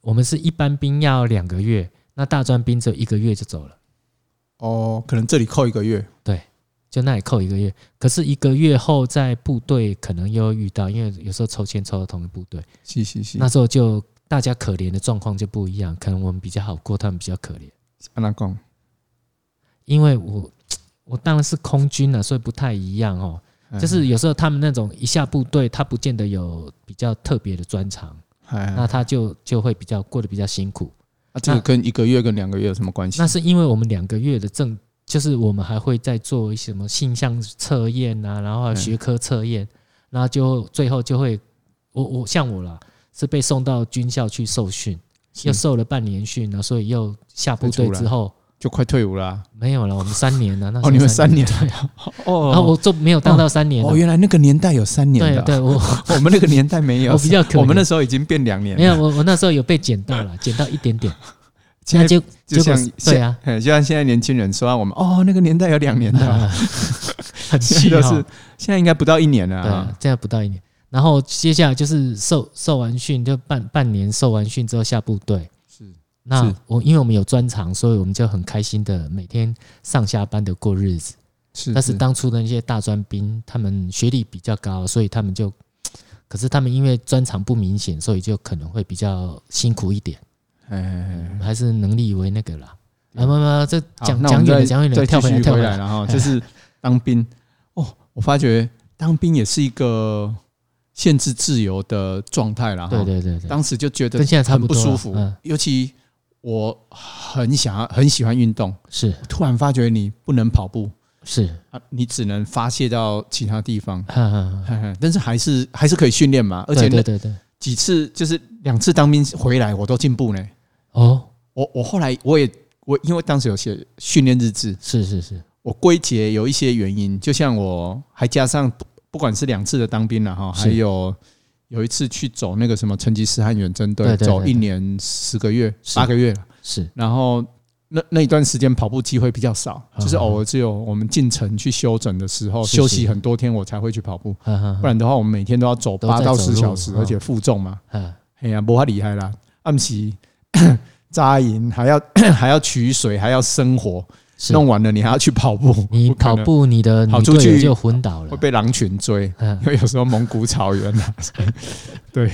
Speaker 1: 我们是一般兵要两个月，那大专兵只有一个月就走了，
Speaker 2: 哦，可能这里扣一个月，
Speaker 1: 就那里扣一个月。可是一个月后在部队可能又遇到，因为有时候抽签抽到同一个部队，
Speaker 2: 是是是。
Speaker 1: 那时候就大家可怜的状况就不一样，可能我们比较好过，他们比较可怜。
Speaker 2: 安娜讲，
Speaker 1: 因为我我当然是空军了、所以不太一样哦。
Speaker 2: 嗯
Speaker 1: 就是有时候他们那种一下部队，他不见得有比较特别的专长，
Speaker 2: 哎，
Speaker 1: 那他就就会比较过得比较辛苦。
Speaker 2: 那这个跟一个月跟两个月有什么关系
Speaker 1: 那？是因为我们两个月的正，就是我们还会再做一些什么性向测验啊，然后还有
Speaker 2: 嗯
Speaker 1: 学科测验，然后就最后就会，我我像我啦，是被送到军校去受训，
Speaker 2: 是
Speaker 1: 又受了半年训了，所以又下部队
Speaker 2: 退出来
Speaker 1: 之后
Speaker 2: 就快退伍啦。
Speaker 1: 没有了，我们三年啊了，那时候
Speaker 2: 哦，你们三年
Speaker 1: 对，
Speaker 2: 哦，
Speaker 1: 然后啊我就没有当到三年了
Speaker 2: 哦，原来那个年代有三年
Speaker 1: 对
Speaker 2: 的啊，
Speaker 1: 对，我
Speaker 2: 我们那个年代没 有，
Speaker 1: 我比较可怜
Speaker 2: 我们那时候已经变两年
Speaker 1: 没
Speaker 2: 了，
Speaker 1: 有，我我那时候有被捡到了，捡到一点点。
Speaker 2: 现
Speaker 1: 那
Speaker 2: 在
Speaker 1: 结
Speaker 2: 就
Speaker 1: 结果
Speaker 2: 像
Speaker 1: 是对啊，
Speaker 2: 嘿就像现在年轻人说啊我们哦那个年代有两年的 啊，
Speaker 1: 很
Speaker 2: 现
Speaker 1: 气
Speaker 2: 在都是
Speaker 1: 哦。
Speaker 2: 现在应该不到一年了
Speaker 1: 对
Speaker 2: 啊
Speaker 1: 啊，，这样不到一年。然后接下来就是受受完训，就半半年受完训之后下部队。
Speaker 2: 是
Speaker 1: 那
Speaker 2: 是
Speaker 1: 我因为我们有专长，所以我们就很开心的每天上下班的过日子。
Speaker 2: 是，
Speaker 1: 但是
Speaker 2: 是
Speaker 1: 当初的那些大专兵，他们学历比较高，所以他们就，可是他们因为专长不明显，所以就可能会比较辛苦一点。
Speaker 2: 哎哎
Speaker 1: 我们还是能力为那个啦。啊，没有没有，这
Speaker 2: 好
Speaker 1: 讲
Speaker 2: 那我
Speaker 1: 讲远
Speaker 2: 们再
Speaker 1: 了，讲远了，
Speaker 2: 再
Speaker 1: 跳
Speaker 2: 继
Speaker 1: 回来，
Speaker 2: 续
Speaker 1: 跳
Speaker 2: 回
Speaker 1: 回
Speaker 2: 来
Speaker 1: 来。
Speaker 2: 了哈， 就是当兵哦，我发觉当兵也是一个限制自由的状态了哈，
Speaker 1: 对对对对，
Speaker 2: 当时就觉得
Speaker 1: 跟现在差
Speaker 2: 很
Speaker 1: 不
Speaker 2: 不
Speaker 1: 多了
Speaker 2: 舒服
Speaker 1: 嗯，
Speaker 2: 尤其我很想要很喜欢运动，
Speaker 1: 是
Speaker 2: 突然发觉你不能跑步
Speaker 1: 是，
Speaker 2: 啊，你只能发泄到其他地方，
Speaker 1: 哈哈，哈
Speaker 2: 嘿 嘿但是还是还是可以训练嘛，而
Speaker 1: 对
Speaker 2: 且
Speaker 1: 对
Speaker 2: 那
Speaker 1: 对对，
Speaker 2: 几次就是两次当兵回来我都进步呢，
Speaker 1: 哦，
Speaker 2: 我我后来我也我因为当时有写训练日志，
Speaker 1: 是是是，
Speaker 2: 我归结有一些原因，就像我还加上不不管是两次的当兵了哈，
Speaker 1: 是
Speaker 2: 还有有一次去走那个什么成吉思汗远征队，
Speaker 1: 对对
Speaker 2: 走
Speaker 1: 对
Speaker 2: 一年十个月
Speaker 1: 是
Speaker 2: 八个月，
Speaker 1: 是
Speaker 2: 然后那那一段时间跑步机会比较少，
Speaker 1: 嗯
Speaker 2: 就是偶尔只有我们进城去休整的时候，
Speaker 1: 是
Speaker 2: 休息
Speaker 1: 是
Speaker 2: 很多天我才会去跑步，
Speaker 1: 哈哈
Speaker 2: 不然的话我们每天都要走
Speaker 1: 嗯都在
Speaker 2: 八到
Speaker 1: 走
Speaker 2: 十
Speaker 1: 路
Speaker 2: 小时，
Speaker 1: 嗯
Speaker 2: 而且负重嘛，
Speaker 1: 哈
Speaker 2: 哎呀，不太厉害啦，暗时 扎营还要 还要取水，还要生活，
Speaker 1: 是
Speaker 2: 弄完了你还要去跑步，
Speaker 1: 你
Speaker 2: 不可
Speaker 1: 跑
Speaker 2: 能
Speaker 1: 步，你的
Speaker 2: 跑
Speaker 1: 女
Speaker 2: 出
Speaker 1: 队友
Speaker 2: 去
Speaker 1: 就昏倒了
Speaker 2: 会。被狼群追，
Speaker 1: 嗯
Speaker 2: 因，为有时候蒙古草原 啊，对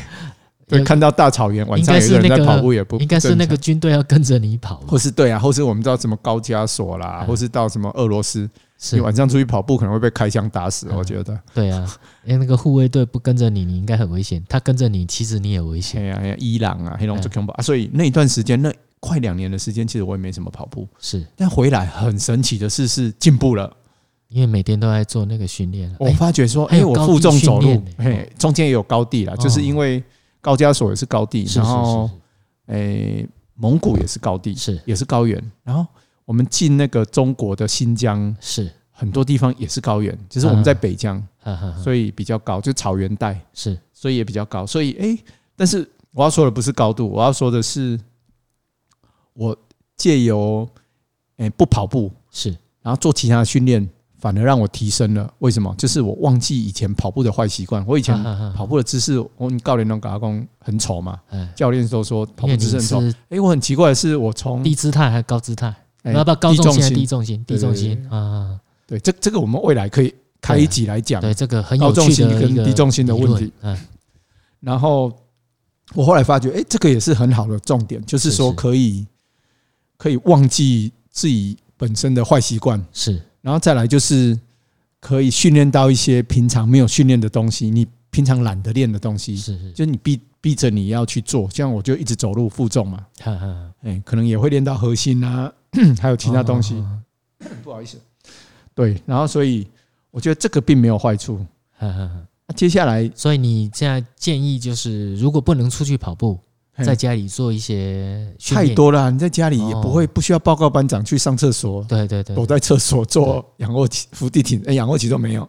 Speaker 1: 有
Speaker 2: 对，看到大草原晚上
Speaker 1: 应该
Speaker 2: 有一
Speaker 1: 是
Speaker 2: 个人
Speaker 1: 那
Speaker 2: 在
Speaker 1: 个
Speaker 2: 跑步也不
Speaker 1: 应该是那
Speaker 2: 正
Speaker 1: 个军队要跟着你跑吧
Speaker 2: 常，或是对啊，或是我们到什么高加索啦，
Speaker 1: 嗯
Speaker 2: 或是到什么俄罗斯，你
Speaker 1: 是
Speaker 2: 晚上出去跑步可能会被开枪打死，
Speaker 1: 嗯
Speaker 2: 我觉得。
Speaker 1: 对啊，因为那个护卫队不跟着你，你应该很危险；他跟着你，其实你也危险。
Speaker 2: 哎呀，哎呀伊朗啊，黑
Speaker 1: 嗯
Speaker 2: 龙江恐怖啊，所以那一段时间，那快两年的时间，其实我也没什么跑步，
Speaker 1: 是
Speaker 2: 但回来很神奇的是，是进步了。
Speaker 1: 因为每天都在做那个训练啊。
Speaker 2: 我
Speaker 1: 哎
Speaker 2: 发觉说，
Speaker 1: 还
Speaker 2: 哎，
Speaker 1: 有
Speaker 2: 我
Speaker 1: 高地
Speaker 2: 负重走
Speaker 1: 训
Speaker 2: 路
Speaker 1: 练，呢
Speaker 2: 嘿，中间也有高地啦，就是
Speaker 1: 哦
Speaker 2: 因为高加索也是高地，
Speaker 1: 是
Speaker 2: 然后
Speaker 1: 是
Speaker 2: 诶、蒙古也是高地，
Speaker 1: 是
Speaker 2: 也是高原。然后我们进那个中国的新疆，
Speaker 1: 是是，
Speaker 2: 很多地方也是高原，只是
Speaker 1: 嗯
Speaker 2: 我们在北疆，
Speaker 1: 哈哈哈，
Speaker 2: 所以比较高，就草原带，
Speaker 1: 是
Speaker 2: 所以也比较高。所以诶，但是我要说的不是高度，我要说的是，我借由诶、不跑步，
Speaker 1: 是
Speaker 2: 然后做其他的训练，反而让我提升了。为什么？就是我忘记以前跑步的坏习惯。我以前
Speaker 1: 哈哈哈
Speaker 2: 跑步的姿势，我们教练都跟我讲很丑嘛，
Speaker 1: 哎，
Speaker 2: 教练都说跑
Speaker 1: 因为
Speaker 2: 步姿
Speaker 1: 你
Speaker 2: 势很丑。
Speaker 1: 是
Speaker 2: 哎、我很奇怪的是，我从
Speaker 1: 嗯低姿态还是高姿态？
Speaker 2: 哎
Speaker 1: 要不要高
Speaker 2: 低
Speaker 1: 重
Speaker 2: 重
Speaker 1: 心还是
Speaker 2: 心
Speaker 1: 低重心？低
Speaker 2: 对
Speaker 1: 重
Speaker 2: 对
Speaker 1: 心啊，
Speaker 2: 对这这个我们未来可以开一集来讲。
Speaker 1: 对这个很
Speaker 2: 高
Speaker 1: 有
Speaker 2: 重
Speaker 1: 趣
Speaker 2: 心
Speaker 1: 的
Speaker 2: 跟
Speaker 1: 一个
Speaker 2: 低重心的
Speaker 1: 理
Speaker 2: 问
Speaker 1: 论
Speaker 2: 题。
Speaker 1: 嗯，
Speaker 2: 然后我后来发觉，哎、这个也是很好的重点，就是
Speaker 1: 是
Speaker 2: 说
Speaker 1: 是
Speaker 2: 可以可以忘记自己本身的坏习惯，
Speaker 1: 是
Speaker 2: 然后再来就是可以训练到一些平常没有训练的东西，你平常懒得练的东西，
Speaker 1: 是是，
Speaker 2: 就是你逼逼着你要去做。像我就一直走路负重嘛，
Speaker 1: 哈哈，
Speaker 2: 哎、可能也会练到核心啊， 还有其他东西。
Speaker 1: 哦，
Speaker 2: 不好意思，对，然后所以我觉得这个并没有坏处。
Speaker 1: 哈哈哈。
Speaker 2: 啊接下来
Speaker 1: 所以你现在建议就是，如果不能出去跑步，
Speaker 2: 嘿
Speaker 1: 在家里做一些训
Speaker 2: 太
Speaker 1: 练。
Speaker 2: 多了啊，你在家里也
Speaker 1: 哦
Speaker 2: 不会不需要报告班长去上厕所，
Speaker 1: 对对对，
Speaker 2: 躲在厕所做仰卧起、伏地挺，哎，仰卧起都没有，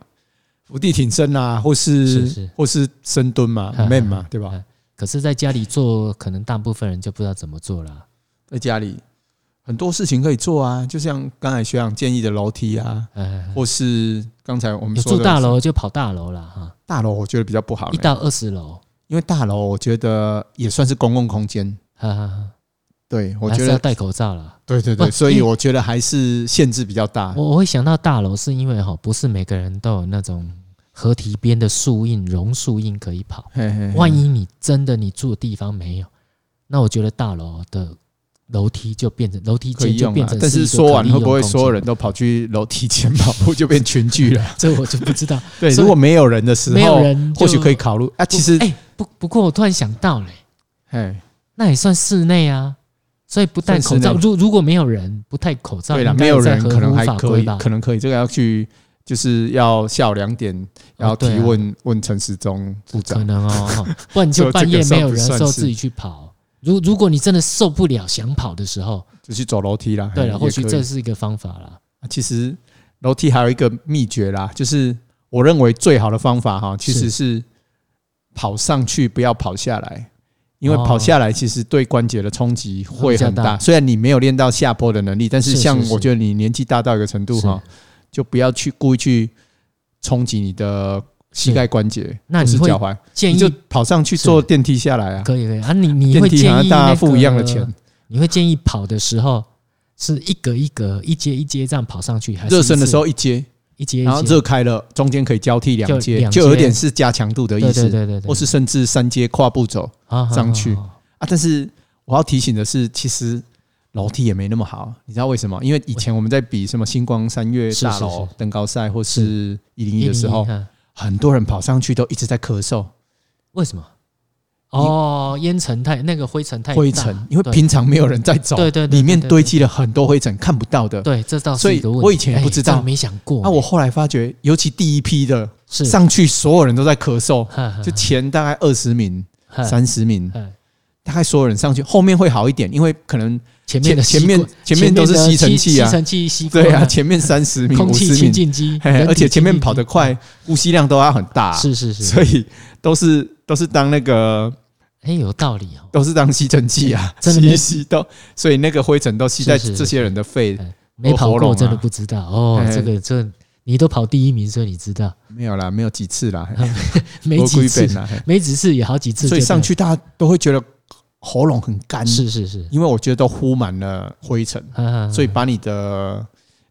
Speaker 2: 伏地挺身啊，或
Speaker 1: 是
Speaker 2: 是
Speaker 1: 是。
Speaker 2: 或是深 蹲嘛
Speaker 1: 嗯
Speaker 2: ，man 嘛，对
Speaker 1: 嗯
Speaker 2: 吧？
Speaker 1: 可是，在家里做，可能大部分人就不知道怎么做了。
Speaker 2: 在家里很多事情可以做啊，就像刚才学长建议的楼梯啊，
Speaker 1: 嗯，
Speaker 2: 或是刚才我们
Speaker 1: 有
Speaker 2: 说
Speaker 1: 住
Speaker 2: 的
Speaker 1: 大楼就跑大楼了哈，
Speaker 2: 大楼，我觉得比较不好
Speaker 1: 一
Speaker 2: 呢，
Speaker 1: 到二十楼，
Speaker 2: 因为大楼我觉得也算是公共空间，
Speaker 1: 哈哈哈，
Speaker 2: 对我
Speaker 1: 还
Speaker 2: 觉
Speaker 1: 是要
Speaker 2: 得
Speaker 1: 戴口罩了。
Speaker 2: 对对
Speaker 1: 不
Speaker 2: 对，所以
Speaker 1: 因为
Speaker 2: 我觉得还是限制比较大
Speaker 1: 我。我会想到大楼，是因为哈，不是每个人都有那种河堤边的树荫、榕树荫可以跑。
Speaker 2: 嘿嘿嘿
Speaker 1: 万一你真的你住的地方没有，那我觉得大楼的楼梯就变成楼梯
Speaker 2: 可
Speaker 1: 间
Speaker 2: 以
Speaker 1: 就
Speaker 2: 用
Speaker 1: 变
Speaker 2: 啊
Speaker 1: 成，
Speaker 2: 但
Speaker 1: 是一
Speaker 2: 是
Speaker 1: 个
Speaker 2: 说完
Speaker 1: 可利
Speaker 2: 会不会
Speaker 1: 用空
Speaker 2: 所有
Speaker 1: 间
Speaker 2: 人都跑去楼梯间跑步就变群聚 了？
Speaker 1: 这我就不知 道。
Speaker 2: 对，
Speaker 1: 所以
Speaker 2: 如果没有人的时
Speaker 1: 没有
Speaker 2: 候，
Speaker 1: 人
Speaker 2: 或许
Speaker 1: 就
Speaker 2: 可以考虑
Speaker 1: 不。
Speaker 2: 啊。其实，
Speaker 1: 哎、不不过我突然想到嘞、
Speaker 2: 哎，
Speaker 1: 那也算室内啊，所以不戴口罩。
Speaker 2: 算室内
Speaker 1: 如如果没有人不戴口罩，
Speaker 2: 对了，
Speaker 1: 应该
Speaker 2: 没有
Speaker 1: 也在
Speaker 2: 人
Speaker 1: 合
Speaker 2: 可能
Speaker 1: 乎
Speaker 2: 还
Speaker 1: 法
Speaker 2: 可
Speaker 1: 规
Speaker 2: 以，
Speaker 1: 吧
Speaker 2: 可能可以。这个要去，就是要下午两点要
Speaker 1: 哦对
Speaker 2: 提
Speaker 1: 啊
Speaker 2: 问问陈时中部
Speaker 1: 可
Speaker 2: 长。
Speaker 1: 能哦， 哈不然你就
Speaker 2: 就这个
Speaker 1: 半夜没有人的时
Speaker 2: 算
Speaker 1: 候
Speaker 2: 不算是
Speaker 1: 自己去跑。如如果你真的受不了想跑的时候，
Speaker 2: 就去走楼梯啦。
Speaker 1: 对
Speaker 2: 哎
Speaker 1: 了，或许
Speaker 2: 也可以
Speaker 1: 这是一个方法啦。
Speaker 2: 啊其实楼梯还有一个秘诀啦，就是我认为最好的方法哈，其实是跑上去，不要跑下来。因为
Speaker 1: 哦
Speaker 2: 跑下来其实对关节的冲击会很
Speaker 1: 会比较
Speaker 2: 大，
Speaker 1: 大
Speaker 2: 虽然你没有练到下坡的能力，但是
Speaker 1: 是是
Speaker 2: 像
Speaker 1: 是
Speaker 2: 我觉得你年纪大到一个程度
Speaker 1: 是
Speaker 2: 哈，就不要去故意去冲击你的膝盖关节，
Speaker 1: 那
Speaker 2: 或
Speaker 1: 你
Speaker 2: 是
Speaker 1: 会
Speaker 2: 脚踝，
Speaker 1: 建
Speaker 2: 你
Speaker 1: 议
Speaker 2: 就跑上去
Speaker 1: 是
Speaker 2: 坐电梯下来啊，
Speaker 1: 可以可以啊，你你
Speaker 2: 电
Speaker 1: 会
Speaker 2: 梯
Speaker 1: 建
Speaker 2: 好
Speaker 1: 议、
Speaker 2: 像
Speaker 1: 那
Speaker 2: 大
Speaker 1: 个
Speaker 2: 家付一样的钱，
Speaker 1: 你会建议跑的时候是一格一格、一阶一阶这样跑上去，还是
Speaker 2: 热身的时
Speaker 1: 候
Speaker 2: 候一接，
Speaker 1: 一阶一阶？
Speaker 2: 然后热开了，中间可以交替
Speaker 1: 就
Speaker 2: 两阶，
Speaker 1: 两
Speaker 2: 就有
Speaker 1: 阶
Speaker 2: 点是加强度的意
Speaker 1: 对对
Speaker 2: 思。
Speaker 1: 对对对，
Speaker 2: 或是甚至三阶跨步走
Speaker 1: 啊好
Speaker 2: 上去
Speaker 1: 好好
Speaker 2: 啊。但是我要提醒的是，其实楼梯也没那么好，你知道为什么？因为以前我们在比什么星光三月
Speaker 1: 是
Speaker 2: 大
Speaker 1: 是
Speaker 2: 楼
Speaker 1: 是
Speaker 2: 登高赛或
Speaker 1: 是
Speaker 2: 是一零一的时候，
Speaker 1: 101啊
Speaker 2: 很多人跑上去都一直在咳嗽、
Speaker 1: 为什么？哦，烟尘太那个灰尘太大
Speaker 2: 灰尘，因为
Speaker 1: 对
Speaker 2: 平常没有人在走，
Speaker 1: 对对对对
Speaker 2: 里面
Speaker 1: 对对
Speaker 2: 堆积了很多灰尘，看不到的。
Speaker 1: 对，这倒
Speaker 2: 所
Speaker 1: 是
Speaker 2: 以
Speaker 1: 一个问题。
Speaker 2: 我以前也不知道
Speaker 1: 哎这没想过。
Speaker 2: 啊，我后来发觉，尤其第一批的
Speaker 1: 是嗯
Speaker 2: 上去，所有人都在咳嗽，
Speaker 1: 哈哈
Speaker 2: 就前大概二十名、
Speaker 1: 哈
Speaker 2: 三十名，
Speaker 1: 哈
Speaker 2: 大概所有人上去，后面会好一点，因为可能
Speaker 1: 前面
Speaker 2: 前
Speaker 1: 的
Speaker 2: 前
Speaker 1: 吸
Speaker 2: 面
Speaker 1: 管
Speaker 2: 前面都是
Speaker 1: 的
Speaker 2: 吸尘器啊
Speaker 1: 吸，尘器吸
Speaker 2: 对
Speaker 1: 管
Speaker 2: 啊， 前面三十米、
Speaker 1: 空
Speaker 2: 五
Speaker 1: 气
Speaker 2: 十
Speaker 1: 清
Speaker 2: 米，
Speaker 1: 净机，
Speaker 2: 嘿
Speaker 1: 人体
Speaker 2: 而且前面
Speaker 1: 清净
Speaker 2: 跑得
Speaker 1: 机，
Speaker 2: 快，呼吸量都要很大，
Speaker 1: 是是是，
Speaker 2: 所以都是都是当那个
Speaker 1: 哎，有道理哦。
Speaker 2: 都是当吸尘器啊，
Speaker 1: 真的
Speaker 2: 吸
Speaker 1: 没
Speaker 2: 一吸都，所以那个灰尘都吸在
Speaker 1: 是是
Speaker 2: 这些人的肺，
Speaker 1: 哎没跑
Speaker 2: 喉咙
Speaker 1: 过
Speaker 2: 啊
Speaker 1: 真的不知道哦
Speaker 2: 哎，
Speaker 1: 这个这你都跑第一名，所以你知道，
Speaker 2: 没有啦，没有几次啦，
Speaker 1: 哎没几次
Speaker 2: 没几，啦，嘿
Speaker 1: 没几次也好几次，
Speaker 2: 所以
Speaker 1: 对不对
Speaker 2: 上去大家都会觉得喉咙很干，
Speaker 1: 是是是，
Speaker 2: 因为我觉得都呼满了灰尘，
Speaker 1: 啊啊啊
Speaker 2: 嗯所以把你的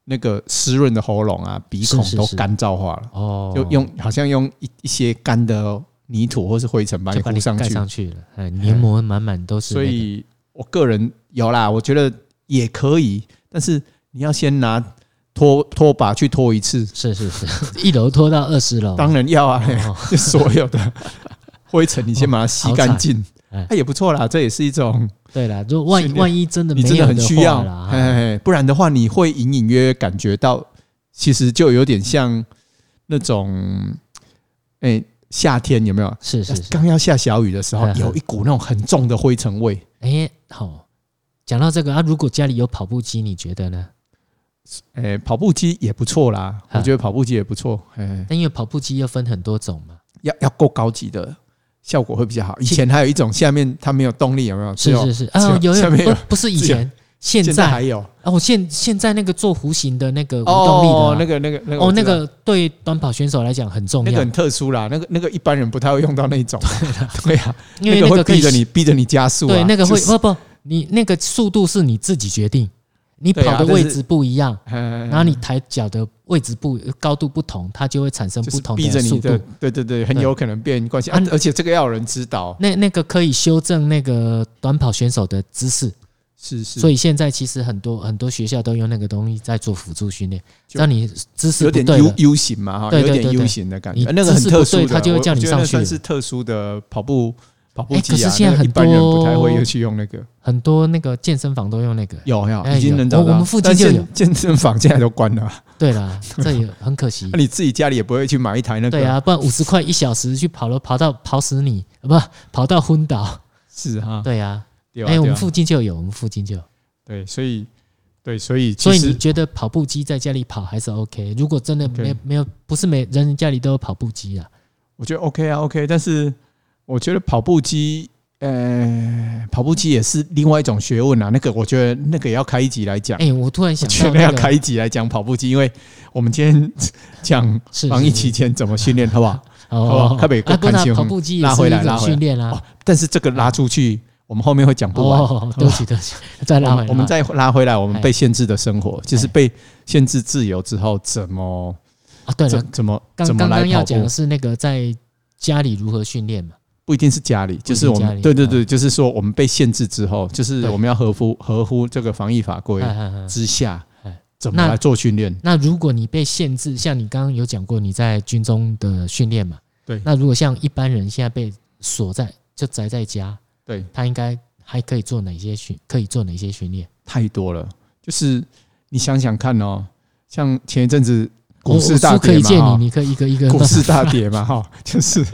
Speaker 2: 那个湿润的喉咙啊、鼻孔
Speaker 1: 是是
Speaker 2: 都
Speaker 1: 是
Speaker 2: 干燥化了，
Speaker 1: 哦，
Speaker 2: 就用好像用一一些干的泥土或是灰尘把你
Speaker 1: 就把
Speaker 2: 糊
Speaker 1: 你
Speaker 2: 上
Speaker 1: 盖
Speaker 2: 去，
Speaker 1: 上去了，哎，黏膜满满都是那
Speaker 2: 所
Speaker 1: 个，
Speaker 2: 以我个人有啦，我觉得也可以，但是你要先拿拖拖把去拖一次，
Speaker 1: 是是是， 一楼拖到二十楼，
Speaker 2: 当然 要啊，嘿
Speaker 1: 哦
Speaker 2: 就所有的灰尘你先把它吸干净
Speaker 1: 好惨哎，
Speaker 2: 那也不错啦，这也是一种
Speaker 1: 对啦，如果万一
Speaker 2: 训练
Speaker 1: 万一真的
Speaker 2: 你
Speaker 1: 没
Speaker 2: 真
Speaker 1: 有
Speaker 2: 很
Speaker 1: 的
Speaker 2: 需要
Speaker 1: 话啦，，
Speaker 2: 嘿
Speaker 1: 哎
Speaker 2: 嘿嘿不然的话你会隐隐约约感觉到，其实就有点像那种，哎，夏天有没有？
Speaker 1: 是是是，
Speaker 2: 刚要下小雨的时候，
Speaker 1: 嗯嗯
Speaker 2: 有一股那种很重的灰尘味，
Speaker 1: 哎，好，讲到这个啊，如果家里有跑步机，你觉得呢？
Speaker 2: 哎，跑步机也不错啦，
Speaker 1: 嗯
Speaker 2: 我觉得跑步机也不错，哎，
Speaker 1: 但因为跑步机要分很多种嘛，
Speaker 2: 要要够高级的效果会比较好。以前还有一种下面它没有动力，有没有？只
Speaker 1: 是
Speaker 2: 有
Speaker 1: 是是，啊，
Speaker 2: 只
Speaker 1: 有
Speaker 2: 哦下
Speaker 1: 有
Speaker 2: 面有
Speaker 1: 不不是以
Speaker 2: 只有
Speaker 1: 前，现
Speaker 2: 现
Speaker 1: 在
Speaker 2: 还有
Speaker 1: 啊，我现现在那个做弧形的那个无动力的
Speaker 2: 哦
Speaker 1: 啊，
Speaker 2: 那个那个那个
Speaker 1: 哦
Speaker 2: 我，
Speaker 1: 那
Speaker 2: 知道
Speaker 1: 个对短跑选手来讲很重
Speaker 2: 那个
Speaker 1: 要，
Speaker 2: 很特殊啦，那个那个一般人不太会用到 那种，对呀，
Speaker 1: 啊因为
Speaker 2: 那
Speaker 1: 那
Speaker 2: 会
Speaker 1: 个可以
Speaker 2: 逼着你逼着你加速啊，
Speaker 1: 对，那个
Speaker 2: 就
Speaker 1: 会
Speaker 2: 是
Speaker 1: 不不，你那个速度是你自己决定，你
Speaker 2: 对啊
Speaker 1: 跑的
Speaker 2: 但
Speaker 1: 位
Speaker 2: 是
Speaker 1: 置不一样，
Speaker 2: 嗯
Speaker 1: 然后你抬脚的位置不高度不同，它就会产生
Speaker 2: 就
Speaker 1: 不
Speaker 2: 是
Speaker 1: 同
Speaker 2: 逼着你
Speaker 1: 速
Speaker 2: 的
Speaker 1: 度。，
Speaker 2: 对对对，很有可能变关系，啊
Speaker 1: 啊嗯
Speaker 2: 而且这个要有人指导，
Speaker 1: 那那个可以修正那个短跑选手的姿势，
Speaker 2: 是是，
Speaker 1: 所
Speaker 2: 以
Speaker 1: 以现在其实很多很多学校都用那个东西在做辅助训练，
Speaker 2: 就
Speaker 1: 让你姿势
Speaker 2: 有
Speaker 1: 不
Speaker 2: 点
Speaker 1: 对
Speaker 2: U E
Speaker 1: 了。
Speaker 2: U 型嘛哈，
Speaker 1: 对
Speaker 2: 有
Speaker 1: 对
Speaker 2: 点
Speaker 1: 对
Speaker 2: U
Speaker 1: 对
Speaker 2: 型的感
Speaker 1: 你
Speaker 2: 觉，啊那个
Speaker 1: 姿
Speaker 2: 很
Speaker 1: 势
Speaker 2: 特
Speaker 1: 不
Speaker 2: 殊
Speaker 1: 对
Speaker 2: 的，
Speaker 1: 它就会
Speaker 2: 我
Speaker 1: 叫你
Speaker 2: 我觉得
Speaker 1: 上
Speaker 2: 那
Speaker 1: 去
Speaker 2: 算
Speaker 1: 了
Speaker 2: 是特殊的跑步跑步
Speaker 1: 哎
Speaker 2: 机
Speaker 1: 可
Speaker 2: 啊
Speaker 1: 是，现在
Speaker 2: 那个一
Speaker 1: 很
Speaker 2: 般人不太会
Speaker 1: 多
Speaker 2: 去用那个。
Speaker 1: 很多那个健身房都用那个。
Speaker 2: 有有，
Speaker 1: 哎
Speaker 2: 已经
Speaker 1: 有
Speaker 2: 能找到。
Speaker 1: 我我们附近
Speaker 2: 但
Speaker 1: 就
Speaker 2: 健
Speaker 1: 有
Speaker 2: 健身房，现在都关了。
Speaker 1: 对啦，这也很可惜
Speaker 2: 那、。你自己家里也不会去买一 台那个？
Speaker 1: 对，啊，不然五十块一小时去跑了，跑到跑死你，呃不跑到昏倒。
Speaker 2: 是哈。
Speaker 1: 对啊，
Speaker 2: 对啊，
Speaker 1: 哎，我
Speaker 2: 对
Speaker 1: 们
Speaker 2: 啊
Speaker 1: 附近就有，我们附近就有。
Speaker 2: 对，所以对，所以其
Speaker 1: 所以
Speaker 2: 实
Speaker 1: 你觉得跑步机在家里跑还是 OK？如果真的没
Speaker 2: OK
Speaker 1: 没有，不是每人家里都有跑步机啊，
Speaker 2: 我觉得 OK 啊 OK，但是我觉得跑步机，呃，跑步机也是另外一种学问啊。那个我觉得那个也要开一集来讲。
Speaker 1: 哎、我突然
Speaker 2: 啊
Speaker 1: 想
Speaker 2: 我觉
Speaker 1: 到
Speaker 2: 得
Speaker 1: 那
Speaker 2: 要
Speaker 1: 个
Speaker 2: 开一集来讲跑步机，因为我们今天讲
Speaker 1: 是
Speaker 2: 防疫
Speaker 1: 是是
Speaker 2: 期间怎么训练，好不好？好
Speaker 1: 哦
Speaker 2: 吧，靠北
Speaker 1: 啊，不
Speaker 2: 看新
Speaker 1: 然
Speaker 2: 闻
Speaker 1: 跑步机也
Speaker 2: 拉
Speaker 1: 是
Speaker 2: 回来
Speaker 1: 一
Speaker 2: 拉
Speaker 1: 种
Speaker 2: 回来
Speaker 1: 训练啊
Speaker 2: 哦。但是这个拉出去，我们后面会讲不完。
Speaker 1: 哦，对不起对 不起，再拉回
Speaker 2: 我们
Speaker 1: 来。
Speaker 2: 我们再拉回来，我们
Speaker 1: 哎
Speaker 2: 被限制的生活，就是被限制自由之后，怎么
Speaker 1: 啊，对了
Speaker 2: 怎，怎么
Speaker 1: 刚
Speaker 2: 怎么
Speaker 1: 刚
Speaker 2: 来
Speaker 1: 刚
Speaker 2: 跑
Speaker 1: 要讲
Speaker 2: 步
Speaker 1: 的？是那个在家里如何训练嘛，
Speaker 2: 不一定是家里，
Speaker 1: 定
Speaker 2: 就是我
Speaker 1: 家
Speaker 2: 们
Speaker 1: 里
Speaker 2: 对对
Speaker 1: 嗯
Speaker 2: 对，就是说我们被限制之后，就是
Speaker 1: 对
Speaker 2: 我们要合乎合乎这个防疫法规
Speaker 1: 哎哎哎
Speaker 2: 之下
Speaker 1: 哎，
Speaker 2: 怎么来做训练？
Speaker 1: 那如果你被限制，像你刚刚有讲过你在军中的训练嘛，
Speaker 2: 对
Speaker 1: 那如果像一般人现在被锁在就宅在家，
Speaker 2: 对，
Speaker 1: 他应该还可以做哪些训？可以做哪些训练？
Speaker 2: 太多了，就是你想想看哦，像前一阵子
Speaker 1: 我
Speaker 2: 股
Speaker 1: 我
Speaker 2: 市
Speaker 1: 书
Speaker 2: 大
Speaker 1: 可
Speaker 2: 跌
Speaker 1: 以
Speaker 2: 嘛，
Speaker 1: 借你，
Speaker 2: 哈
Speaker 1: 你可以一个一个
Speaker 2: 股
Speaker 1: 弄
Speaker 2: 市大跌嘛，哈， 就是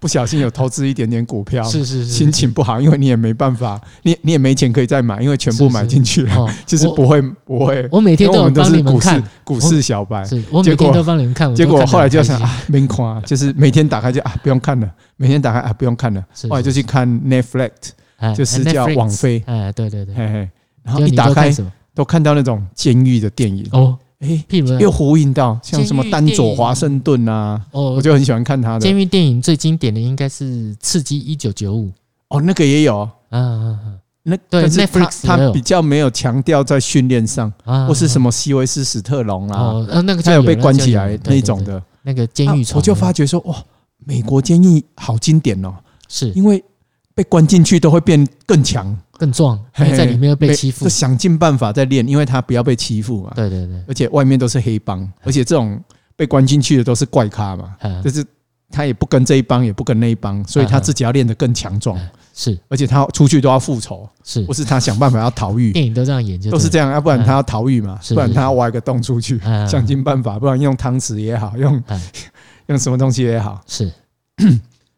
Speaker 2: 不小心有投资一点点股票，
Speaker 1: 是是是
Speaker 2: 心情不好，因为你也没办法，你你也没钱可以再买，因为全
Speaker 1: 是
Speaker 2: 部
Speaker 1: 是
Speaker 2: 买进去了，
Speaker 1: 哦，
Speaker 2: 就是
Speaker 1: 我
Speaker 2: 不会不会。
Speaker 1: 我每
Speaker 2: 因
Speaker 1: 天
Speaker 2: 为
Speaker 1: 都
Speaker 2: 我
Speaker 1: 有
Speaker 2: 们都
Speaker 1: 帮
Speaker 2: 是
Speaker 1: 你们
Speaker 2: 股市
Speaker 1: 看，
Speaker 2: 股市小白，
Speaker 1: 是我
Speaker 2: 结
Speaker 1: 每
Speaker 2: 果
Speaker 1: 天都帮你们看，我都
Speaker 2: 结果
Speaker 1: 看得
Speaker 2: 后来就
Speaker 1: 很
Speaker 2: 想
Speaker 1: 开心
Speaker 2: 啊，没看啊，就是每天打开就啊不用看了，每天打开啊不用看了，
Speaker 1: 是
Speaker 2: 后来就去看 Netflix，
Speaker 1: 哎
Speaker 2: 就是
Speaker 1: 哎
Speaker 2: 叫
Speaker 1: Netflix
Speaker 2: 网飞，
Speaker 1: 哎，对对对，
Speaker 2: 嘿嘿，然后
Speaker 1: 就
Speaker 2: 一
Speaker 1: 你
Speaker 2: 打
Speaker 1: 都
Speaker 2: 开
Speaker 1: 看什么？
Speaker 2: 都看到那种监狱的电影，
Speaker 1: 哦，
Speaker 2: 哎，
Speaker 1: 譬如呢
Speaker 2: 又呼应到像什么
Speaker 1: 监狱
Speaker 2: 丹
Speaker 1: 电
Speaker 2: 佐
Speaker 1: 影
Speaker 2: 华盛顿啊，我
Speaker 1: 哦，
Speaker 2: 就很喜欢看他的
Speaker 1: 监狱电影最经典的应该是《刺激一九九五》
Speaker 2: 哦，那个也有，
Speaker 1: 啊啊
Speaker 2: 那
Speaker 1: 对
Speaker 2: 但是他
Speaker 1: Netflix 也
Speaker 2: 他
Speaker 1: 有
Speaker 2: 比较没有强调在训练上，
Speaker 1: 啊啊，
Speaker 2: 或是什
Speaker 1: 么
Speaker 2: 么西维斯史特龙啦，
Speaker 1: 哦，呃那个就
Speaker 2: 他有被
Speaker 1: 了
Speaker 2: 关
Speaker 1: 就
Speaker 2: 起
Speaker 1: 有
Speaker 2: 来
Speaker 1: 了对
Speaker 2: 那
Speaker 1: 对
Speaker 2: 种
Speaker 1: 对
Speaker 2: 的
Speaker 1: 那个监狱
Speaker 2: 啊
Speaker 1: 床，
Speaker 2: 我就发觉说哇，美国监狱好经典哦，
Speaker 1: 是
Speaker 2: 因为被关进去都会变更强，
Speaker 1: 更壮，因
Speaker 2: 嘿
Speaker 1: 为在里面又被欺负
Speaker 2: 就，想尽办法在练，因为他不要被欺负嘛，
Speaker 1: 对对对，
Speaker 2: 而且外面都是黑帮，而且这种被关进去的都是怪咖嘛，
Speaker 1: 啊
Speaker 2: 就是他也不跟这一帮，也不跟那一帮，所以
Speaker 1: 嗯
Speaker 2: 他自己要练得更强壮，
Speaker 1: 是
Speaker 2: 而且他出去都要复仇，
Speaker 1: 是
Speaker 2: 或，是他想办法要逃 狱，
Speaker 1: 电影都这样演就
Speaker 2: 都是
Speaker 1: 对
Speaker 2: 这样，要啊不然他要逃狱嘛，
Speaker 1: 是
Speaker 2: 不然
Speaker 1: 是
Speaker 2: 他
Speaker 1: 是
Speaker 2: 挖一个洞出去，
Speaker 1: 了，啊
Speaker 2: 想尽办法，不然用汤匙也好，用
Speaker 1: 嗯
Speaker 2: 用什么东西也好，
Speaker 1: 是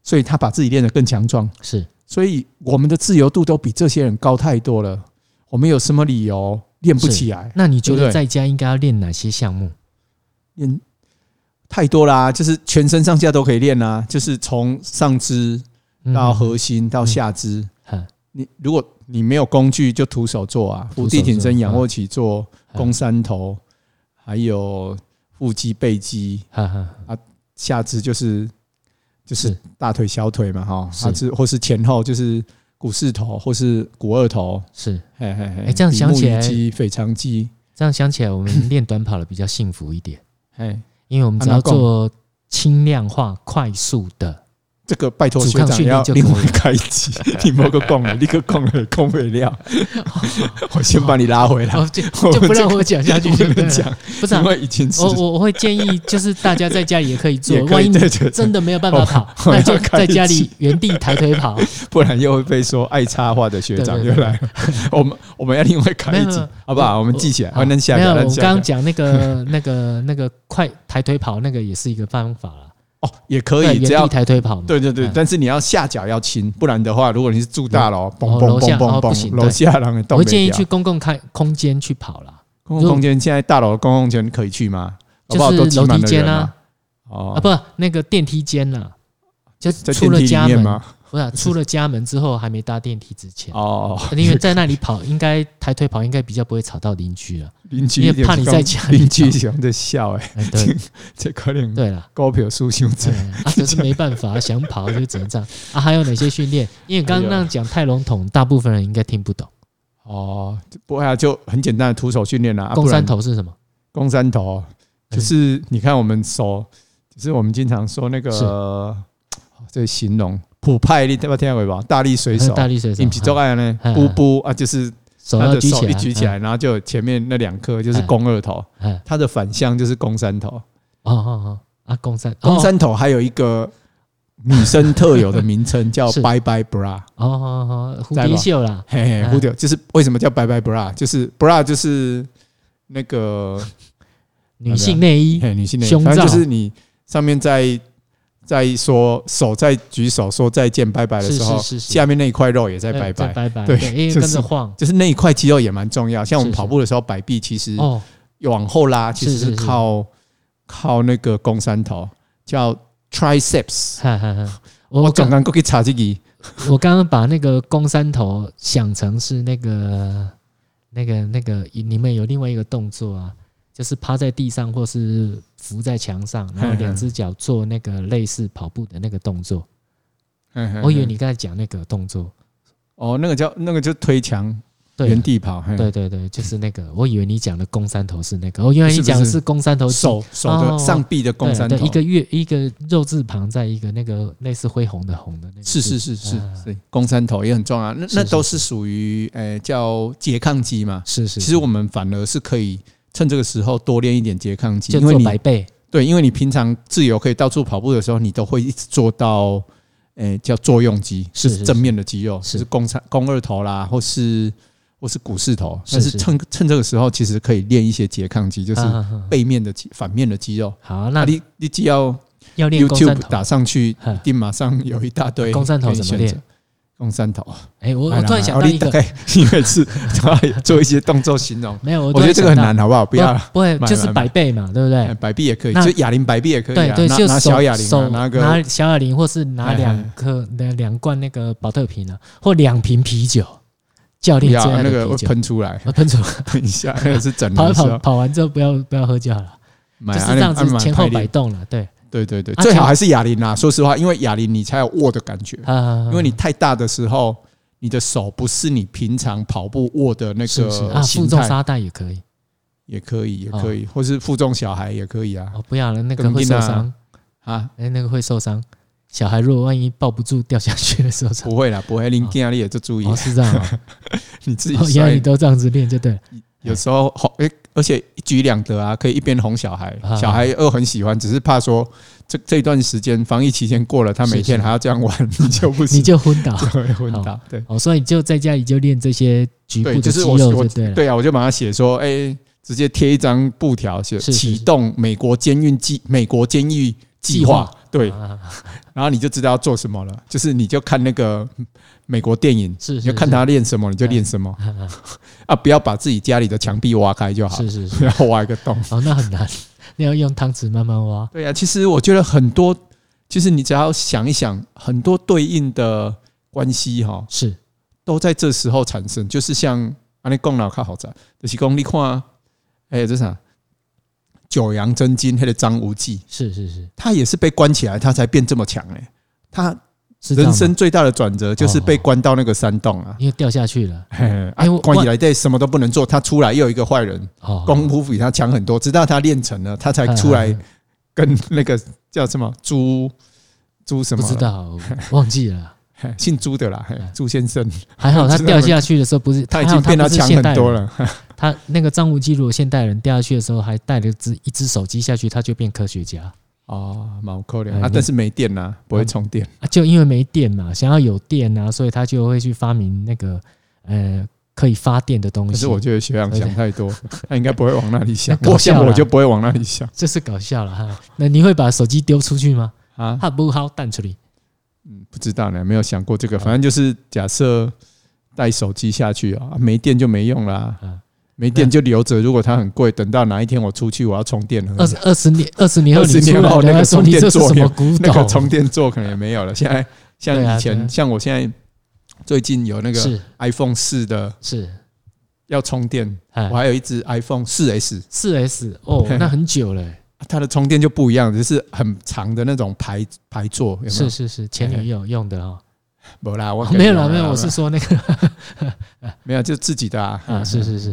Speaker 2: 所以他把自己练得更强壮，
Speaker 1: 是
Speaker 2: 所以我们的自由度都比这些人高太多了。我我们有什么理由练不起来？
Speaker 1: 那你觉
Speaker 2: 对
Speaker 1: 得
Speaker 2: 不对
Speaker 1: 在家应该要练哪些项目？
Speaker 2: 练太多啦、就是全身上下都可以练啦、啊就是从上肢
Speaker 1: 嗯
Speaker 2: 到核心到下肢。
Speaker 1: 嗯
Speaker 2: 你如果你没有工具，就徒手做啊，
Speaker 1: 徒手做
Speaker 2: 伏地挺身、仰卧起坐、
Speaker 1: 嗯
Speaker 2: 肱三头，还有腹肌、背肌，
Speaker 1: 哈哈，
Speaker 2: 下肢就是就是
Speaker 1: 是
Speaker 2: 大腿、小腿嘛，哈，
Speaker 1: 是
Speaker 2: 下肢或是前后就是股四头或是股二头，
Speaker 1: 是
Speaker 2: 嘿嘿嘿，
Speaker 1: 哎这样
Speaker 2: 比
Speaker 1: 想起
Speaker 2: 目鱼
Speaker 1: 来
Speaker 2: 肌、腓肠肌，
Speaker 1: 这样想起来，我们练短跑的比较幸福一点，
Speaker 2: 哎，
Speaker 1: 因为我们只
Speaker 2: 啊
Speaker 1: 要
Speaker 2: 那够
Speaker 1: 做轻量化、快速的。
Speaker 2: 这个拜托
Speaker 1: 阻
Speaker 2: 学
Speaker 1: 抗
Speaker 2: 长
Speaker 1: 训练
Speaker 2: 要
Speaker 1: 就
Speaker 2: 另
Speaker 1: 可
Speaker 2: 外
Speaker 1: 以了
Speaker 2: 开一集， 你莫个供了，立刻供了，供不 了，我先把你拉回来，
Speaker 1: 哦，就
Speaker 2: 我
Speaker 1: 就
Speaker 2: 们
Speaker 1: 不让
Speaker 2: 这
Speaker 1: 我讲下去
Speaker 2: 不
Speaker 1: 就对
Speaker 2: 能
Speaker 1: 了
Speaker 2: 讲，
Speaker 1: 不是啊
Speaker 2: 因为已经是
Speaker 1: 我我我会建议，就是大家在家里也可以做
Speaker 2: 也，可
Speaker 1: 万
Speaker 2: 以
Speaker 1: 一
Speaker 2: 对 对对
Speaker 1: 真的没有办法跑， 那
Speaker 2: 我哦要
Speaker 1: 就
Speaker 2: 看
Speaker 1: 在
Speaker 2: 一
Speaker 1: 家里
Speaker 2: 集
Speaker 1: 原地抬腿跑。
Speaker 2: 不然又会被说爱插话的学长
Speaker 1: 对
Speaker 2: 又
Speaker 1: 对对
Speaker 2: 来了。我们我们要另外开
Speaker 1: 没
Speaker 2: 一
Speaker 1: 有没
Speaker 2: 集
Speaker 1: 有，
Speaker 2: 好不好？
Speaker 1: 我
Speaker 2: 我们啊记起来。
Speaker 1: 好
Speaker 2: 好，那下一
Speaker 1: 没有，
Speaker 2: 个，
Speaker 1: 我
Speaker 2: 那
Speaker 1: 们
Speaker 2: 下一
Speaker 1: 刚
Speaker 2: 个
Speaker 1: 刚讲那个 那个那个快抬腿跑，那个也是一个方法啦。
Speaker 2: 哦，也可
Speaker 1: 对
Speaker 2: 以，只
Speaker 1: 原
Speaker 2: 要
Speaker 1: 地抬腿跑嘛。
Speaker 2: 对对对
Speaker 1: 嗯，
Speaker 2: 但是你要下脚要轻，不然的话，如果你是住大楼，嘣
Speaker 1: 哦
Speaker 2: 嘣
Speaker 1: 楼
Speaker 2: 嘣
Speaker 1: 下
Speaker 2: 嘣
Speaker 1: 哦不行
Speaker 2: 嘣，
Speaker 1: 对
Speaker 2: 楼下让人
Speaker 1: 我
Speaker 2: 动
Speaker 1: 会
Speaker 2: 不
Speaker 1: 建议
Speaker 2: 了
Speaker 1: 去。公共开空间去跑啦，
Speaker 2: 公共空间现在大楼的公共空间可以去吗？
Speaker 1: 就
Speaker 2: 搞不好
Speaker 1: 是
Speaker 2: 都挤
Speaker 1: 楼
Speaker 2: 满
Speaker 1: 梯
Speaker 2: 了
Speaker 1: 间
Speaker 2: 人
Speaker 1: 啊，啊
Speaker 2: 哦，
Speaker 1: 不，那个电梯间啦，就
Speaker 2: 在
Speaker 1: 出
Speaker 2: 电
Speaker 1: 了
Speaker 2: 梯里
Speaker 1: 家
Speaker 2: 面
Speaker 1: 门，
Speaker 2: 吗？
Speaker 1: 不是啊出了家门之后还没搭电梯之前，
Speaker 2: 哦，
Speaker 1: 因为在那里跑，应该抬腿跑应该比较不会吵到邻居了。
Speaker 2: 邻居
Speaker 1: 因为怕你在家里
Speaker 2: 邻居想在笑哎，
Speaker 1: 哎对
Speaker 2: 这可能
Speaker 1: 对啦。
Speaker 2: 高票输 胸
Speaker 1: 对
Speaker 2: 症。
Speaker 1: 啊，可是没办法， 想跑就只能这样啊。还有哪些训练？因为刚
Speaker 2: 啊
Speaker 1: 刚那样讲太笼统，大部分人应该听不懂。
Speaker 2: 哦，不会啊，就很简单的徒手训练啦。啊
Speaker 1: 肱
Speaker 2: 不然
Speaker 1: 三头是什么？
Speaker 2: 肱三头，
Speaker 1: 嗯
Speaker 2: 就是你看我们手，就是我们经常说那
Speaker 1: 是
Speaker 2: 个，哦这个形容普派力，对吧？听得懂吧？大力水手，
Speaker 1: 大力水手
Speaker 2: 引起，做
Speaker 1: 啊
Speaker 2: 爱呢
Speaker 1: 嗯，
Speaker 2: 步步啊，就是
Speaker 1: 手
Speaker 2: 他
Speaker 1: 要
Speaker 2: 的
Speaker 1: 举
Speaker 2: 手
Speaker 1: 起来，哎啊
Speaker 2: 一举起来，然后就有前面那两颗就是
Speaker 1: 嗯
Speaker 2: 肱二头，
Speaker 1: 嗯，嗯
Speaker 2: 它的反向就是肱三头。
Speaker 1: 哦哦哦，啊，肱三，
Speaker 2: 肱三头还有一个女生特有的名称 叫
Speaker 1: 是
Speaker 2: 拜拜 bra，
Speaker 1: 哦，哦哦哦，蝴
Speaker 2: 在
Speaker 1: 蝶
Speaker 2: 吗
Speaker 1: 袖啦，
Speaker 2: 嘿嘿，
Speaker 1: 嗯
Speaker 2: 不对，就是为什么叫拜拜 bra，就是 bra 就是那个
Speaker 1: 女性内衣，
Speaker 2: 嘿，女性的，
Speaker 1: 胸
Speaker 2: 反正
Speaker 1: 罩
Speaker 2: 就是你上面在在说手在举手说再见拜拜的
Speaker 1: 是
Speaker 2: 时候
Speaker 1: 是，是是，
Speaker 2: 下面那一块肉也在
Speaker 1: 在
Speaker 2: 拜
Speaker 1: 拜
Speaker 2: 拜，
Speaker 1: 拜拜，
Speaker 2: 对
Speaker 1: 对，因为
Speaker 2: 就
Speaker 1: 跟
Speaker 2: 是
Speaker 1: 着晃，
Speaker 2: 就是那一块肌肉也蛮重要。像我们
Speaker 1: 是是
Speaker 2: 跑步的时候，摆臂其实
Speaker 1: 哦，
Speaker 2: 往后拉，其实
Speaker 1: 是
Speaker 2: 是
Speaker 1: 是是
Speaker 2: 靠靠那个肱三头，叫 triceps。
Speaker 1: 哈哈哈，
Speaker 2: 我
Speaker 1: 我
Speaker 2: 刚
Speaker 1: 刚
Speaker 2: 刚过去查这个，
Speaker 1: 我刚刚把那个肱三头想成是那个那个那个，你们有另外一个动作啊，就是趴在地上或是扶在墙上，然后
Speaker 2: 嗯嗯
Speaker 1: 两只脚做那个类似跑步的那个动作。我
Speaker 2: 我
Speaker 1: 以为你刚才讲那个动作，
Speaker 2: 哦，那个叫那个就推墙
Speaker 1: 对
Speaker 2: 原地跑，嘿
Speaker 1: 对对对，就是那个。我以为你讲的肱三头是那个，我原来你
Speaker 2: 不是
Speaker 1: 讲
Speaker 2: 不
Speaker 1: 的
Speaker 2: 是
Speaker 1: 是肱三头肌
Speaker 2: 手手
Speaker 1: 哦
Speaker 2: 的上臂的肱三
Speaker 1: 对
Speaker 2: 头
Speaker 1: 对，一，个月一个肉字旁，在一个那个类似恢宏的红的那个字，
Speaker 2: 是是是是
Speaker 1: 啊
Speaker 2: 是，肱三头也很重要。啊那那
Speaker 1: 是是
Speaker 2: 都是属于呃叫拮抗肌嘛，
Speaker 1: 是是。
Speaker 2: 其实我们反而是可以趁这个时候多练一点拮抗肌，
Speaker 1: 就
Speaker 2: 因为
Speaker 1: 做
Speaker 2: 你
Speaker 1: 白背，
Speaker 2: 对，因为你平常自由可以到处跑步的时候，你都会一直做到，诶、叫作用肌，
Speaker 1: 是是
Speaker 2: 是正面的肌肉，
Speaker 1: 是
Speaker 2: 就是肱三、肱二头啦，或是或是股四头。
Speaker 1: 是
Speaker 2: 但是
Speaker 1: 是
Speaker 2: 趁趁这个时候，其实可以练一些拮抗肌，就是
Speaker 1: 啊啊啊
Speaker 2: 背面的肌、反面的肌肉。
Speaker 1: 好，那
Speaker 2: 那你你只要
Speaker 1: 要练肱三
Speaker 2: YouTube
Speaker 1: 头。
Speaker 2: 打上去，
Speaker 1: 嗯
Speaker 2: 一定马上有一大堆
Speaker 1: 肱三头
Speaker 2: 可以
Speaker 1: 怎么
Speaker 2: 选
Speaker 1: 练
Speaker 2: 择？肱三头，
Speaker 1: 哎、我我突然想到
Speaker 2: 哎然后
Speaker 1: 一
Speaker 2: 你大
Speaker 1: 个，
Speaker 2: 概因为是 做一些动作形容，
Speaker 1: 没有，我
Speaker 2: 我
Speaker 1: 突
Speaker 2: 觉
Speaker 1: 然
Speaker 2: 得这个
Speaker 1: 想
Speaker 2: 很
Speaker 1: 到
Speaker 2: 难，好不好？不要。
Speaker 1: 不会
Speaker 2: 买
Speaker 1: 就是
Speaker 2: 买
Speaker 1: 百倍嘛，对不
Speaker 2: 哎
Speaker 1: 对？
Speaker 2: 摆臂也可以，
Speaker 1: 那
Speaker 2: 就哑铃摆臂也可以、啊，
Speaker 1: 对对，
Speaker 2: 拿
Speaker 1: 就
Speaker 2: 拿
Speaker 1: 手
Speaker 2: 小哑铃、啊，
Speaker 1: 手
Speaker 2: 拿个
Speaker 1: 拿小哑铃，或是拿
Speaker 2: 哎哎
Speaker 1: 两颗那两罐那个保特瓶啊，或两瓶啤酒，教
Speaker 2: 不
Speaker 1: 练
Speaker 2: 要
Speaker 1: 最爱
Speaker 2: 啊那个
Speaker 1: 的啤
Speaker 2: 会
Speaker 1: 酒。
Speaker 2: 喷 出来，
Speaker 1: 啊 喷出来，
Speaker 2: 喷一下，那个是整
Speaker 1: 跑一
Speaker 2: 的时
Speaker 1: 跑
Speaker 2: 候
Speaker 1: 跑完之后不要不要喝就好了，
Speaker 2: 买
Speaker 1: 就是
Speaker 2: 啊
Speaker 1: 这样子
Speaker 2: 那个
Speaker 1: 前后摆
Speaker 2: 啊
Speaker 1: 动了，对，
Speaker 2: 对对对，
Speaker 1: 啊
Speaker 2: 最
Speaker 1: 前
Speaker 2: 好还是哑铃啊。说实话，因为哑铃你才有握的感觉，
Speaker 1: 啊，
Speaker 2: 因为你太大的时候，你的手不是你平常跑步握的那
Speaker 1: 是是
Speaker 2: 个
Speaker 1: 啊，负
Speaker 2: 形
Speaker 1: 重
Speaker 2: 态，
Speaker 1: 沙袋也可以，
Speaker 2: 也可以，也
Speaker 1: 哦
Speaker 2: 可以，或是负重小孩也可以啊
Speaker 1: 哦，不要了，那个
Speaker 2: 跟
Speaker 1: 会
Speaker 2: 定
Speaker 1: 受
Speaker 2: 啊
Speaker 1: 伤，
Speaker 2: 啊，
Speaker 1: 哎，那个会受伤，小孩如果万一抱不住掉下去的受伤，
Speaker 2: 不会啦，不会，零压力也就注意
Speaker 1: 哦，，是这样啊，
Speaker 2: 你 自己
Speaker 1: 哦原来你
Speaker 2: 摔，
Speaker 1: 都这样子练就对了，
Speaker 2: 有时候哄，诶而且一举两得啊，可以一边哄小孩
Speaker 1: 啊，
Speaker 2: 小孩又很喜欢，只是怕说这这段时间防疫期间过了，他每
Speaker 1: 是
Speaker 2: 天
Speaker 1: 是
Speaker 2: 还要这样 玩，你就不行
Speaker 1: 你，就昏 倒，
Speaker 2: 就会昏倒
Speaker 1: 好。
Speaker 2: 对啊
Speaker 1: 哦，所以就在家里就练这些局部
Speaker 2: 对，
Speaker 1: 的
Speaker 2: 就
Speaker 1: 肌
Speaker 2: 是我
Speaker 1: 肉就
Speaker 2: 我
Speaker 1: 对了。
Speaker 2: 对啊，我就把它写说，哎、直接贴一张布条，写
Speaker 1: 是是
Speaker 2: 启
Speaker 1: 是
Speaker 2: 动美国监狱计美国监狱计划
Speaker 1: 计，
Speaker 2: 对，
Speaker 1: 啊
Speaker 2: 然后你就知道要做什么了，就是你就看那个美国电影，
Speaker 1: 是
Speaker 2: 你
Speaker 1: 是
Speaker 2: 就看他练什么，你就练什么 啊，不要把自己家里的墙壁挖开就好，
Speaker 1: 是是是，
Speaker 2: 不要挖一个 洞。
Speaker 1: 哦，那很难，你要用汤匙慢慢挖，
Speaker 2: 对啊，其实我觉得很多，其实你只要想一想，很多对应的关系哈、
Speaker 1: 是
Speaker 2: 都在这时候产生。就是像安尼讲了较好在，就是讲你看，哎、这啥九阳真经，那个张无忌，
Speaker 1: 是是是，
Speaker 2: 他也是被关起来，他才变这么强哎、他
Speaker 1: 是这样
Speaker 2: 人
Speaker 1: 吗哦
Speaker 2: 生最大的转折就是被关到那个山洞啊，
Speaker 1: 因为掉下去了，
Speaker 2: 嘿啊
Speaker 1: 哎我
Speaker 2: 关起来对什么都不能做，他出来又有一个坏人，
Speaker 1: 哦，
Speaker 2: 功夫比他强很多，直到他练成了，他才出来
Speaker 1: 嗯
Speaker 2: 跟那个叫什么朱朱什
Speaker 1: 不
Speaker 2: 么
Speaker 1: 知
Speaker 2: 了，
Speaker 1: 道，忘记了。
Speaker 2: 嘿姓朱的啦，嘿
Speaker 1: 嗯
Speaker 2: 朱先生，
Speaker 1: 还好他
Speaker 2: 知道
Speaker 1: 掉下去的时候不是，
Speaker 2: 他已
Speaker 1: 还
Speaker 2: 经
Speaker 1: 好
Speaker 2: 变
Speaker 1: 不
Speaker 2: 他
Speaker 1: 是
Speaker 2: 强
Speaker 1: 现代
Speaker 2: 很多
Speaker 1: 人。
Speaker 2: 了。
Speaker 1: 他那个张无忌如果现代人掉下去的时候还带了只一只手机下去，他就变科学家
Speaker 2: 哦，蛮可怜
Speaker 1: 哎
Speaker 2: 啊
Speaker 1: 你，
Speaker 2: 但是没电啦，不会充电。
Speaker 1: 啊。就因为没电嘛，想要有电啊，所以他就会去发明那个呃可以发电的东西。。
Speaker 2: 可是我觉得学长想太多，他应该不会往那里想
Speaker 1: 搞
Speaker 2: 我
Speaker 1: 笑啦
Speaker 2: 像我就不会往那里想
Speaker 1: 这是搞笑了哈。那你会把手机丢出去吗？
Speaker 2: 啊，
Speaker 1: 哈不好弹出去
Speaker 2: 嗯不知道呢，没有想过这个。反正就是假设带手机下去啊，没电就没用啦
Speaker 1: 啊，
Speaker 2: 没电就留着。如果它很贵，等到哪一天我出去我要充电
Speaker 1: 二
Speaker 2: 了，
Speaker 1: 十二十年二十年后你
Speaker 2: 20
Speaker 1: 出
Speaker 2: 嗯年
Speaker 1: 来
Speaker 2: 后
Speaker 1: 人
Speaker 2: 那
Speaker 1: 家
Speaker 2: 个
Speaker 1: 说
Speaker 2: 充
Speaker 1: 你
Speaker 2: 电
Speaker 1: 这是
Speaker 2: 座
Speaker 1: 什
Speaker 2: 也
Speaker 1: 么古
Speaker 2: 那个
Speaker 1: 董？
Speaker 2: 充电座可能也没有了。现在像
Speaker 1: 哦对啊
Speaker 2: 以
Speaker 1: 对啊
Speaker 2: 前，像我现在最近有那个
Speaker 1: 是
Speaker 2: iPhone 四的
Speaker 1: 是
Speaker 2: 要充电，
Speaker 1: 哎
Speaker 2: 我，还有一只 iPhone 四 S。啊
Speaker 1: 四 S 哦，那很久了欸、
Speaker 2: 它的充电就不一样，就是很长的那种排排座，有没有？
Speaker 1: 是是是，前女友用的哦，
Speaker 2: 没啦，
Speaker 1: 哦
Speaker 2: 我可能
Speaker 1: 没有啦
Speaker 2: 啦
Speaker 1: 没有，我是说那 个
Speaker 2: 没有，就自己的啊。
Speaker 1: 啊，是是是，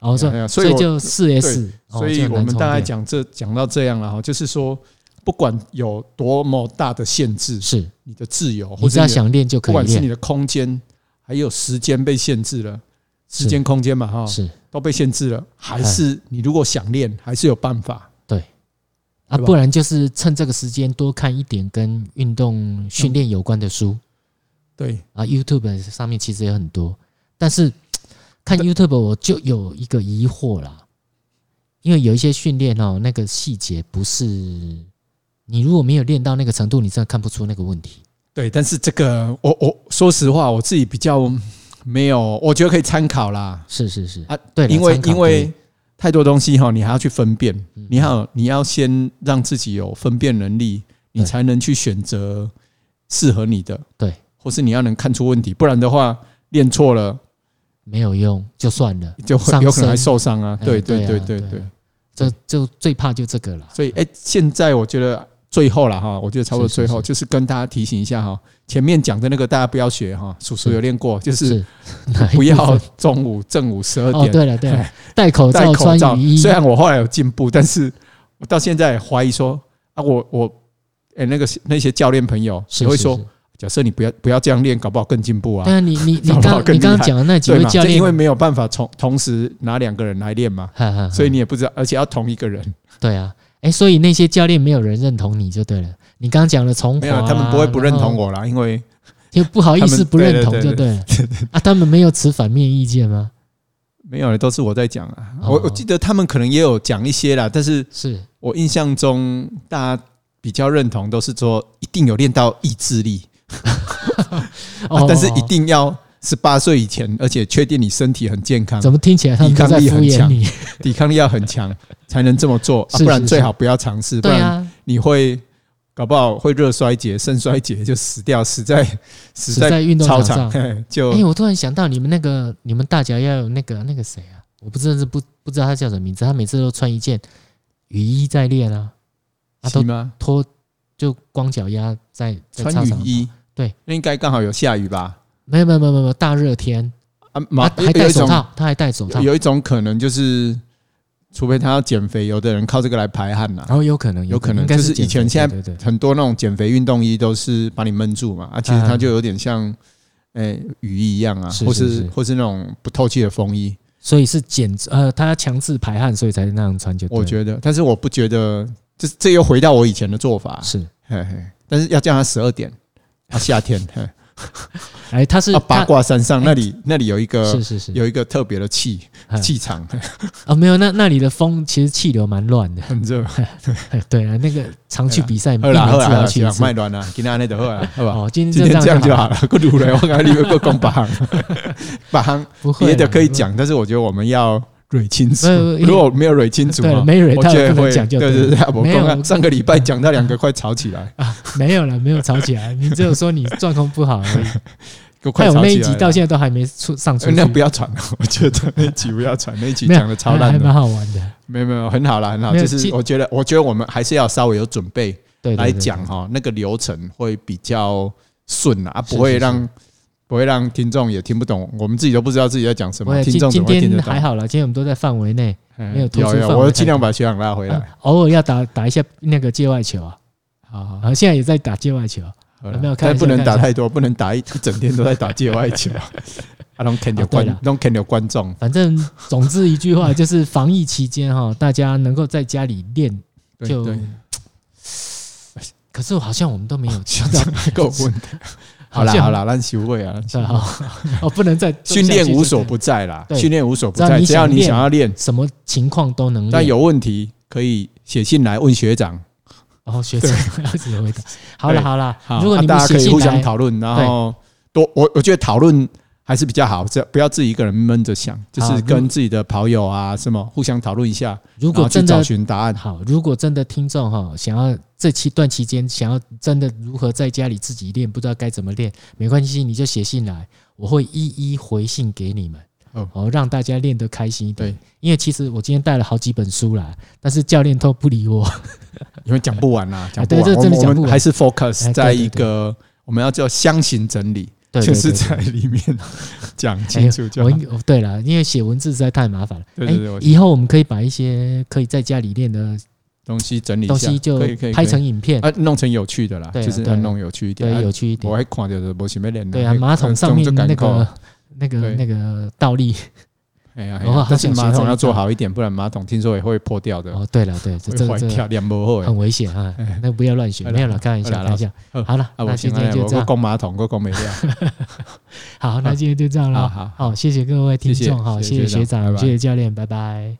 Speaker 1: 哦，我
Speaker 2: 哎
Speaker 1: 说
Speaker 2: 呀
Speaker 1: 所
Speaker 2: 所以
Speaker 1: 以
Speaker 2: 我
Speaker 1: 就四 S，哦
Speaker 2: 所以我们大概讲这讲到这样了哈，就是说，不管有多么大的限制，
Speaker 1: 是，
Speaker 2: 你的自由或
Speaker 1: 你只
Speaker 2: 者
Speaker 1: 要
Speaker 2: 你的
Speaker 1: 想练就可
Speaker 2: 不
Speaker 1: 以
Speaker 2: 管是你
Speaker 1: 练，
Speaker 2: 的空间还有时间被限制了，
Speaker 1: 是
Speaker 2: 时间空间嘛哈，
Speaker 1: 是
Speaker 2: 都被限制了，
Speaker 1: 哎
Speaker 2: 还是你如果想练，还是有办法。
Speaker 1: 啊，
Speaker 2: 对吧
Speaker 1: 不然就是趁这个时间多看一点跟运动训练有关的书
Speaker 2: 对，
Speaker 1: 啊，YouTube 上面其实也很多，但是看 YouTube 我就有一个疑惑啦，因为有一些训练哦，那个细节不是你如果没有练到那个程度，你真的看不出那个问题。
Speaker 2: 对，但是这个我我说实话，我自己比较没有，我觉得可以参考啦。
Speaker 1: 是是是
Speaker 2: 啊，
Speaker 1: 对啦，
Speaker 2: 因为
Speaker 1: 参考
Speaker 2: 因
Speaker 1: 可
Speaker 2: 为
Speaker 1: 以嗯
Speaker 2: 太多东西哈，你还要去分辨，你还有你要先让自己有分辨能力，你
Speaker 1: 对
Speaker 2: 才能去选择适合你的，
Speaker 1: 对，
Speaker 2: 或是你要能看出问题，不然的话练错了
Speaker 1: 没有用就算了，
Speaker 2: 就会
Speaker 1: 上
Speaker 2: 有可能还
Speaker 1: 身
Speaker 2: 受伤啊。
Speaker 1: 哎
Speaker 2: 对
Speaker 1: 对
Speaker 2: 对
Speaker 1: 啊
Speaker 2: 对对
Speaker 1: 对啊
Speaker 2: 对，
Speaker 1: 这就最怕就这个了。
Speaker 2: 所以哎，现在我觉得最后了哈，我觉得差不多
Speaker 1: 是是
Speaker 2: 最后
Speaker 1: 是
Speaker 2: 就是跟大家提醒一下哈，前面讲的那个大家不要学哈，叔叔
Speaker 1: 是
Speaker 2: 有练过，就是
Speaker 1: 是 哪一
Speaker 2: 不
Speaker 1: 部
Speaker 2: 要
Speaker 1: 分
Speaker 2: 中午正午十二
Speaker 1: 哦，
Speaker 2: 点
Speaker 1: 对了对了， 戴口
Speaker 2: 戴
Speaker 1: 罩、
Speaker 2: 口罩
Speaker 1: 穿雨。衣
Speaker 2: 虽，然我后来有进步，但是我到现在也怀疑说啊，我我哎、那个那些教练朋友
Speaker 1: 是
Speaker 2: 也会
Speaker 1: 是
Speaker 2: 说，
Speaker 1: 是
Speaker 2: 假设你不要不要这样练，搞不好更进步啊
Speaker 1: 但，是你你你
Speaker 2: 搞不好
Speaker 1: 刚
Speaker 2: 更
Speaker 1: 你
Speaker 2: 厉
Speaker 1: 刚刚
Speaker 2: 害
Speaker 1: 讲的那几
Speaker 2: 对
Speaker 1: 位
Speaker 2: 嘛？
Speaker 1: 教
Speaker 2: 就
Speaker 1: 练
Speaker 2: 因为，没有办法同同时拿两个人来练嘛，
Speaker 1: 哈哈哈
Speaker 2: 所以你也不知道，而且要同一个人，
Speaker 1: 对啊，哎，所以那些教练没有人认同你就对了。你刚刚讲了从
Speaker 2: 没有他们不会不认同
Speaker 1: 我，
Speaker 2: 我啦，因为
Speaker 1: 就不好意
Speaker 2: 他
Speaker 1: 思
Speaker 2: 们
Speaker 1: 不认同
Speaker 2: 对
Speaker 1: 就
Speaker 2: 对对
Speaker 1: 对了。啊，他们没有持反面意见吗？
Speaker 2: 没有都是我在讲啊，
Speaker 1: 哦
Speaker 2: 我我记得他们可能也有讲一些啦，但是
Speaker 1: 是
Speaker 2: 我印象中大家。比较认同都是说一定有练到意志力，啊
Speaker 1: 哦，
Speaker 2: 但是一定要十八岁以前，而且确定你身体很健康，
Speaker 1: 怎么听起来他们都在
Speaker 2: 抵
Speaker 1: 敷
Speaker 2: 抗力很
Speaker 1: 衍
Speaker 2: 强
Speaker 1: 你？
Speaker 2: 抵抗力要很强才能这么做，啊
Speaker 1: 是
Speaker 2: 不然
Speaker 1: 是
Speaker 2: 最好不要尝试，不
Speaker 1: 对
Speaker 2: 然
Speaker 1: 啊，
Speaker 2: 你会搞不好会热衰竭、肾衰竭就死掉，死在死
Speaker 1: 死在运动
Speaker 2: 操
Speaker 1: 场上，
Speaker 2: 场 嘿就
Speaker 1: 哎、我突然想到，你们那个你们大家要有那个那个谁啊？我不真是不不知道他叫什么名字，他每次都穿一件雨衣在练啊，啊
Speaker 2: 骑
Speaker 1: 都
Speaker 2: 吗？
Speaker 1: 脱就光脚丫在在操
Speaker 2: 穿雨
Speaker 1: 场。
Speaker 2: 衣，
Speaker 1: 对，
Speaker 2: 那应该刚好有下雨吧？
Speaker 1: 没有没有没有没有大热天，
Speaker 2: 啊，
Speaker 1: 啊
Speaker 2: 马
Speaker 1: 还戴
Speaker 2: 有一
Speaker 1: 手
Speaker 2: 种
Speaker 1: 套，他还戴手套，
Speaker 2: 有一种可能就是，除非他要减肥，有的人靠这个来排汗呐。
Speaker 1: 然后有可能
Speaker 2: 有可能
Speaker 1: 应该
Speaker 2: 就是是以前
Speaker 1: 减肥
Speaker 2: 现在
Speaker 1: 对对对
Speaker 2: 很多那种减肥运动衣都是把你闷住嘛，啊，其实
Speaker 1: 啊
Speaker 2: 它就有点像，诶、雨衣一样啊，
Speaker 1: 是
Speaker 2: 或
Speaker 1: 是
Speaker 2: 是
Speaker 1: 是
Speaker 2: 或是那种不透气的风衣，
Speaker 1: 所以是减呃他强制排汗，所以才那样穿就对了
Speaker 2: 我觉得，但是我不觉得，这这又回到我以前的做法，
Speaker 1: 是
Speaker 2: 嘿嘿，但是要叫他十二点，啊，夏天，嘿
Speaker 1: 哎，它是
Speaker 2: 啊，八
Speaker 1: 它
Speaker 2: 卦山上
Speaker 1: 哎
Speaker 2: 那里那里有一个
Speaker 1: 是是是
Speaker 2: 有一个特别的气
Speaker 1: 嗯
Speaker 2: 气场，
Speaker 1: 啊，没有那那里的风其实气流蛮乱的，
Speaker 2: 很热。
Speaker 1: 对啊，那个常去比赛，一
Speaker 2: 好啦
Speaker 1: 年
Speaker 2: 好
Speaker 1: 至
Speaker 2: 啦，
Speaker 1: 少
Speaker 2: 好啦
Speaker 1: 去
Speaker 2: 这
Speaker 1: 一
Speaker 2: 样
Speaker 1: 次
Speaker 2: 卖。乱啦，今天那就好啦，好吧？
Speaker 1: 啊 哦，今
Speaker 2: 今
Speaker 1: 天
Speaker 2: 天
Speaker 1: 就
Speaker 2: 这样就
Speaker 1: 好
Speaker 2: 好
Speaker 1: 了，
Speaker 2: 了，够撸了，我刚才你够 讲八行，八行
Speaker 1: 不会嗯
Speaker 2: 别的
Speaker 1: 啦
Speaker 2: 可以。讲，但是我觉得我们要蕊清楚。
Speaker 1: 不不
Speaker 2: 如果没有蕊清楚
Speaker 1: 对了，
Speaker 2: 哦，
Speaker 1: 没人
Speaker 2: 我
Speaker 1: 他
Speaker 2: 觉得
Speaker 1: 不能
Speaker 2: 会
Speaker 1: 讲就
Speaker 2: 对对
Speaker 1: 了
Speaker 2: 对，我
Speaker 1: 没有啊
Speaker 2: 刚刚上个礼拜讲到两个快吵起来，
Speaker 1: 没有了，没有吵起来，你只有说你状况不好而已。
Speaker 2: 都
Speaker 1: 还
Speaker 2: 快
Speaker 1: 有
Speaker 2: 吵
Speaker 1: 那
Speaker 2: 起
Speaker 1: 一集
Speaker 2: 来
Speaker 1: 到
Speaker 2: 了。
Speaker 1: 现在都还没出上出去，
Speaker 2: 那不要传了， 我觉得那一集不要传，那一集
Speaker 1: 没有
Speaker 2: 讲的超
Speaker 1: 还还
Speaker 2: 烂的
Speaker 1: 蛮。好玩的。
Speaker 2: 没有没有，很好啦，很好。
Speaker 1: 没有
Speaker 2: 就是
Speaker 1: 其
Speaker 2: 我觉得，我觉得我们还是要稍微有准备
Speaker 1: 对，对
Speaker 2: 来
Speaker 1: 对
Speaker 2: 讲
Speaker 1: 对
Speaker 2: 哈，那个流程会比较顺啦啊，
Speaker 1: 是
Speaker 2: 不会
Speaker 1: 是
Speaker 2: 让不会让听众也听不懂，我们自己都不知道自己在讲什
Speaker 1: 我
Speaker 2: 么，
Speaker 1: 也
Speaker 2: 听
Speaker 1: 今
Speaker 2: 众怎
Speaker 1: 今
Speaker 2: 么会听得
Speaker 1: 天
Speaker 2: 懂
Speaker 1: 还？好了，今天我们都在范围内，
Speaker 2: 嗯
Speaker 1: 没有突出
Speaker 2: 有
Speaker 1: 范
Speaker 2: 有，
Speaker 1: 围
Speaker 2: 我
Speaker 1: 太
Speaker 2: 尽量把学长拉回 来。
Speaker 1: 啊偶尔要打打一下那个界外球啊，
Speaker 2: 好好，
Speaker 1: 啊，现在也在打界外球，啊
Speaker 2: 好啦
Speaker 1: 没有开玩笑
Speaker 2: 但不能
Speaker 1: 开
Speaker 2: 打
Speaker 1: 玩笑
Speaker 2: 太多，不能打一一整天都 在打界外球， 啊，拢坑掉
Speaker 1: 哦对
Speaker 2: 观
Speaker 1: 啦，
Speaker 2: 拢坑掉观众。
Speaker 1: 反正总之一句话就是，防疫期间哈， 大家能够在家里练
Speaker 2: 对
Speaker 1: 就
Speaker 2: 对，。
Speaker 1: 可是好像我们都没有 去到，
Speaker 2: 够问题。好啦
Speaker 1: 像
Speaker 2: 好啦，咱休会啊，咱
Speaker 1: 对
Speaker 2: 休会
Speaker 1: 好，哦，不能再
Speaker 2: 训练无所，
Speaker 1: 下去
Speaker 2: 不在啦，
Speaker 1: 对
Speaker 2: 训练无所不
Speaker 1: 只要
Speaker 2: 在，
Speaker 1: 你
Speaker 2: 只要
Speaker 1: 想
Speaker 2: 你
Speaker 1: 练嗯
Speaker 2: 想要练
Speaker 1: 就，是什么情况都能练。
Speaker 2: 但有问题可以写信来问学长。
Speaker 1: 哦，学长要自己回答。好
Speaker 2: 对
Speaker 1: 了好了，
Speaker 2: 好，
Speaker 1: 如果
Speaker 2: 啊
Speaker 1: 你们
Speaker 2: 大家
Speaker 1: 写
Speaker 2: 可以
Speaker 1: 信
Speaker 2: 互相
Speaker 1: 来，
Speaker 2: 讨论，然后多我我觉得讨论还是比较好，这不要自己一个人闷着想，就
Speaker 1: 好
Speaker 2: 是
Speaker 1: 啊如
Speaker 2: 跟自己的跑友啊什么互相讨论一下，
Speaker 1: 如
Speaker 2: 然
Speaker 1: 果
Speaker 2: 后去
Speaker 1: 真
Speaker 2: 找
Speaker 1: 的
Speaker 2: 寻答案。
Speaker 1: 好，如果真的听众哈，想要这期段期间想要真的如何在家里自己练，不知道该怎么练，没关系，你就写信来，我会一一回信给你们。
Speaker 2: 哦
Speaker 1: 哦，让大家练得开心一点
Speaker 2: 对。
Speaker 1: 因为其实我今天带了好几本书啦，但是教练都不理 我。
Speaker 2: 因为讲不完啦，讲不
Speaker 1: 对
Speaker 2: 完，
Speaker 1: 这
Speaker 2: 我
Speaker 1: 真的
Speaker 2: 们
Speaker 1: 讲
Speaker 2: 我
Speaker 1: 不
Speaker 2: 们
Speaker 1: 完
Speaker 2: 还是
Speaker 1: 哎
Speaker 2: focus
Speaker 1: 对
Speaker 2: 在
Speaker 1: 对
Speaker 2: 一个我们要叫箱型整理，
Speaker 1: 对，
Speaker 2: 就
Speaker 1: 对
Speaker 2: 是
Speaker 1: 对哎
Speaker 2: 在里 面讲清楚就
Speaker 1: 我
Speaker 2: 好
Speaker 1: 应。哦对了，因为写文字实在太麻烦了。
Speaker 2: 对
Speaker 1: 哎
Speaker 2: 对对我
Speaker 1: 以后我们可以把一些可以在家里练的
Speaker 2: 东西整理一
Speaker 1: 东
Speaker 2: 下
Speaker 1: 西，就
Speaker 2: 可以可以可
Speaker 1: 拍
Speaker 2: 以
Speaker 1: 成影片，
Speaker 2: 啊，弄成有趣的啦，
Speaker 1: 对啊
Speaker 2: 就是
Speaker 1: 对
Speaker 2: 要
Speaker 1: 啊
Speaker 2: 弄有趣一点。
Speaker 1: 对，
Speaker 2: 啊
Speaker 1: 有趣一
Speaker 2: 我
Speaker 1: 点。
Speaker 2: 还看着无想要练啦。
Speaker 1: 对啊，马桶上
Speaker 2: 呃
Speaker 1: 面那个那个
Speaker 2: 对
Speaker 1: 那个倒立。
Speaker 2: 哎呀，哎
Speaker 1: 我
Speaker 2: 呀
Speaker 1: 哦好
Speaker 2: 但是
Speaker 1: 想学
Speaker 2: 马
Speaker 1: 这
Speaker 2: 桶
Speaker 1: 一
Speaker 2: 要做
Speaker 1: 招
Speaker 2: 好一点，不然马桶听说也会破掉的，
Speaker 1: 哦，对了，对，这
Speaker 2: 会
Speaker 1: 这
Speaker 2: 坏
Speaker 1: 这
Speaker 2: 掉，两不后
Speaker 1: 很危险啊
Speaker 2: 哎，
Speaker 1: 那不要乱学。
Speaker 2: 好啦
Speaker 1: 没有了，开玩笑，
Speaker 2: 好啦
Speaker 1: 开玩笑。好了，
Speaker 2: 啊，
Speaker 1: 那
Speaker 2: 我
Speaker 1: 今
Speaker 2: 先
Speaker 1: 天
Speaker 2: 安尼，
Speaker 1: 就
Speaker 2: 我
Speaker 1: 这
Speaker 2: 我
Speaker 1: 样。
Speaker 2: 讲马桶，我讲没了，
Speaker 1: 好，那今天就这样
Speaker 2: 好
Speaker 1: 了。
Speaker 2: 好。
Speaker 1: 好，谢谢各位听众，好，
Speaker 2: 谢
Speaker 1: 谢
Speaker 2: 谢
Speaker 1: 谢
Speaker 2: 学
Speaker 1: 学
Speaker 2: 长拜
Speaker 1: 长，
Speaker 2: 拜
Speaker 1: 谢谢教练，拜拜。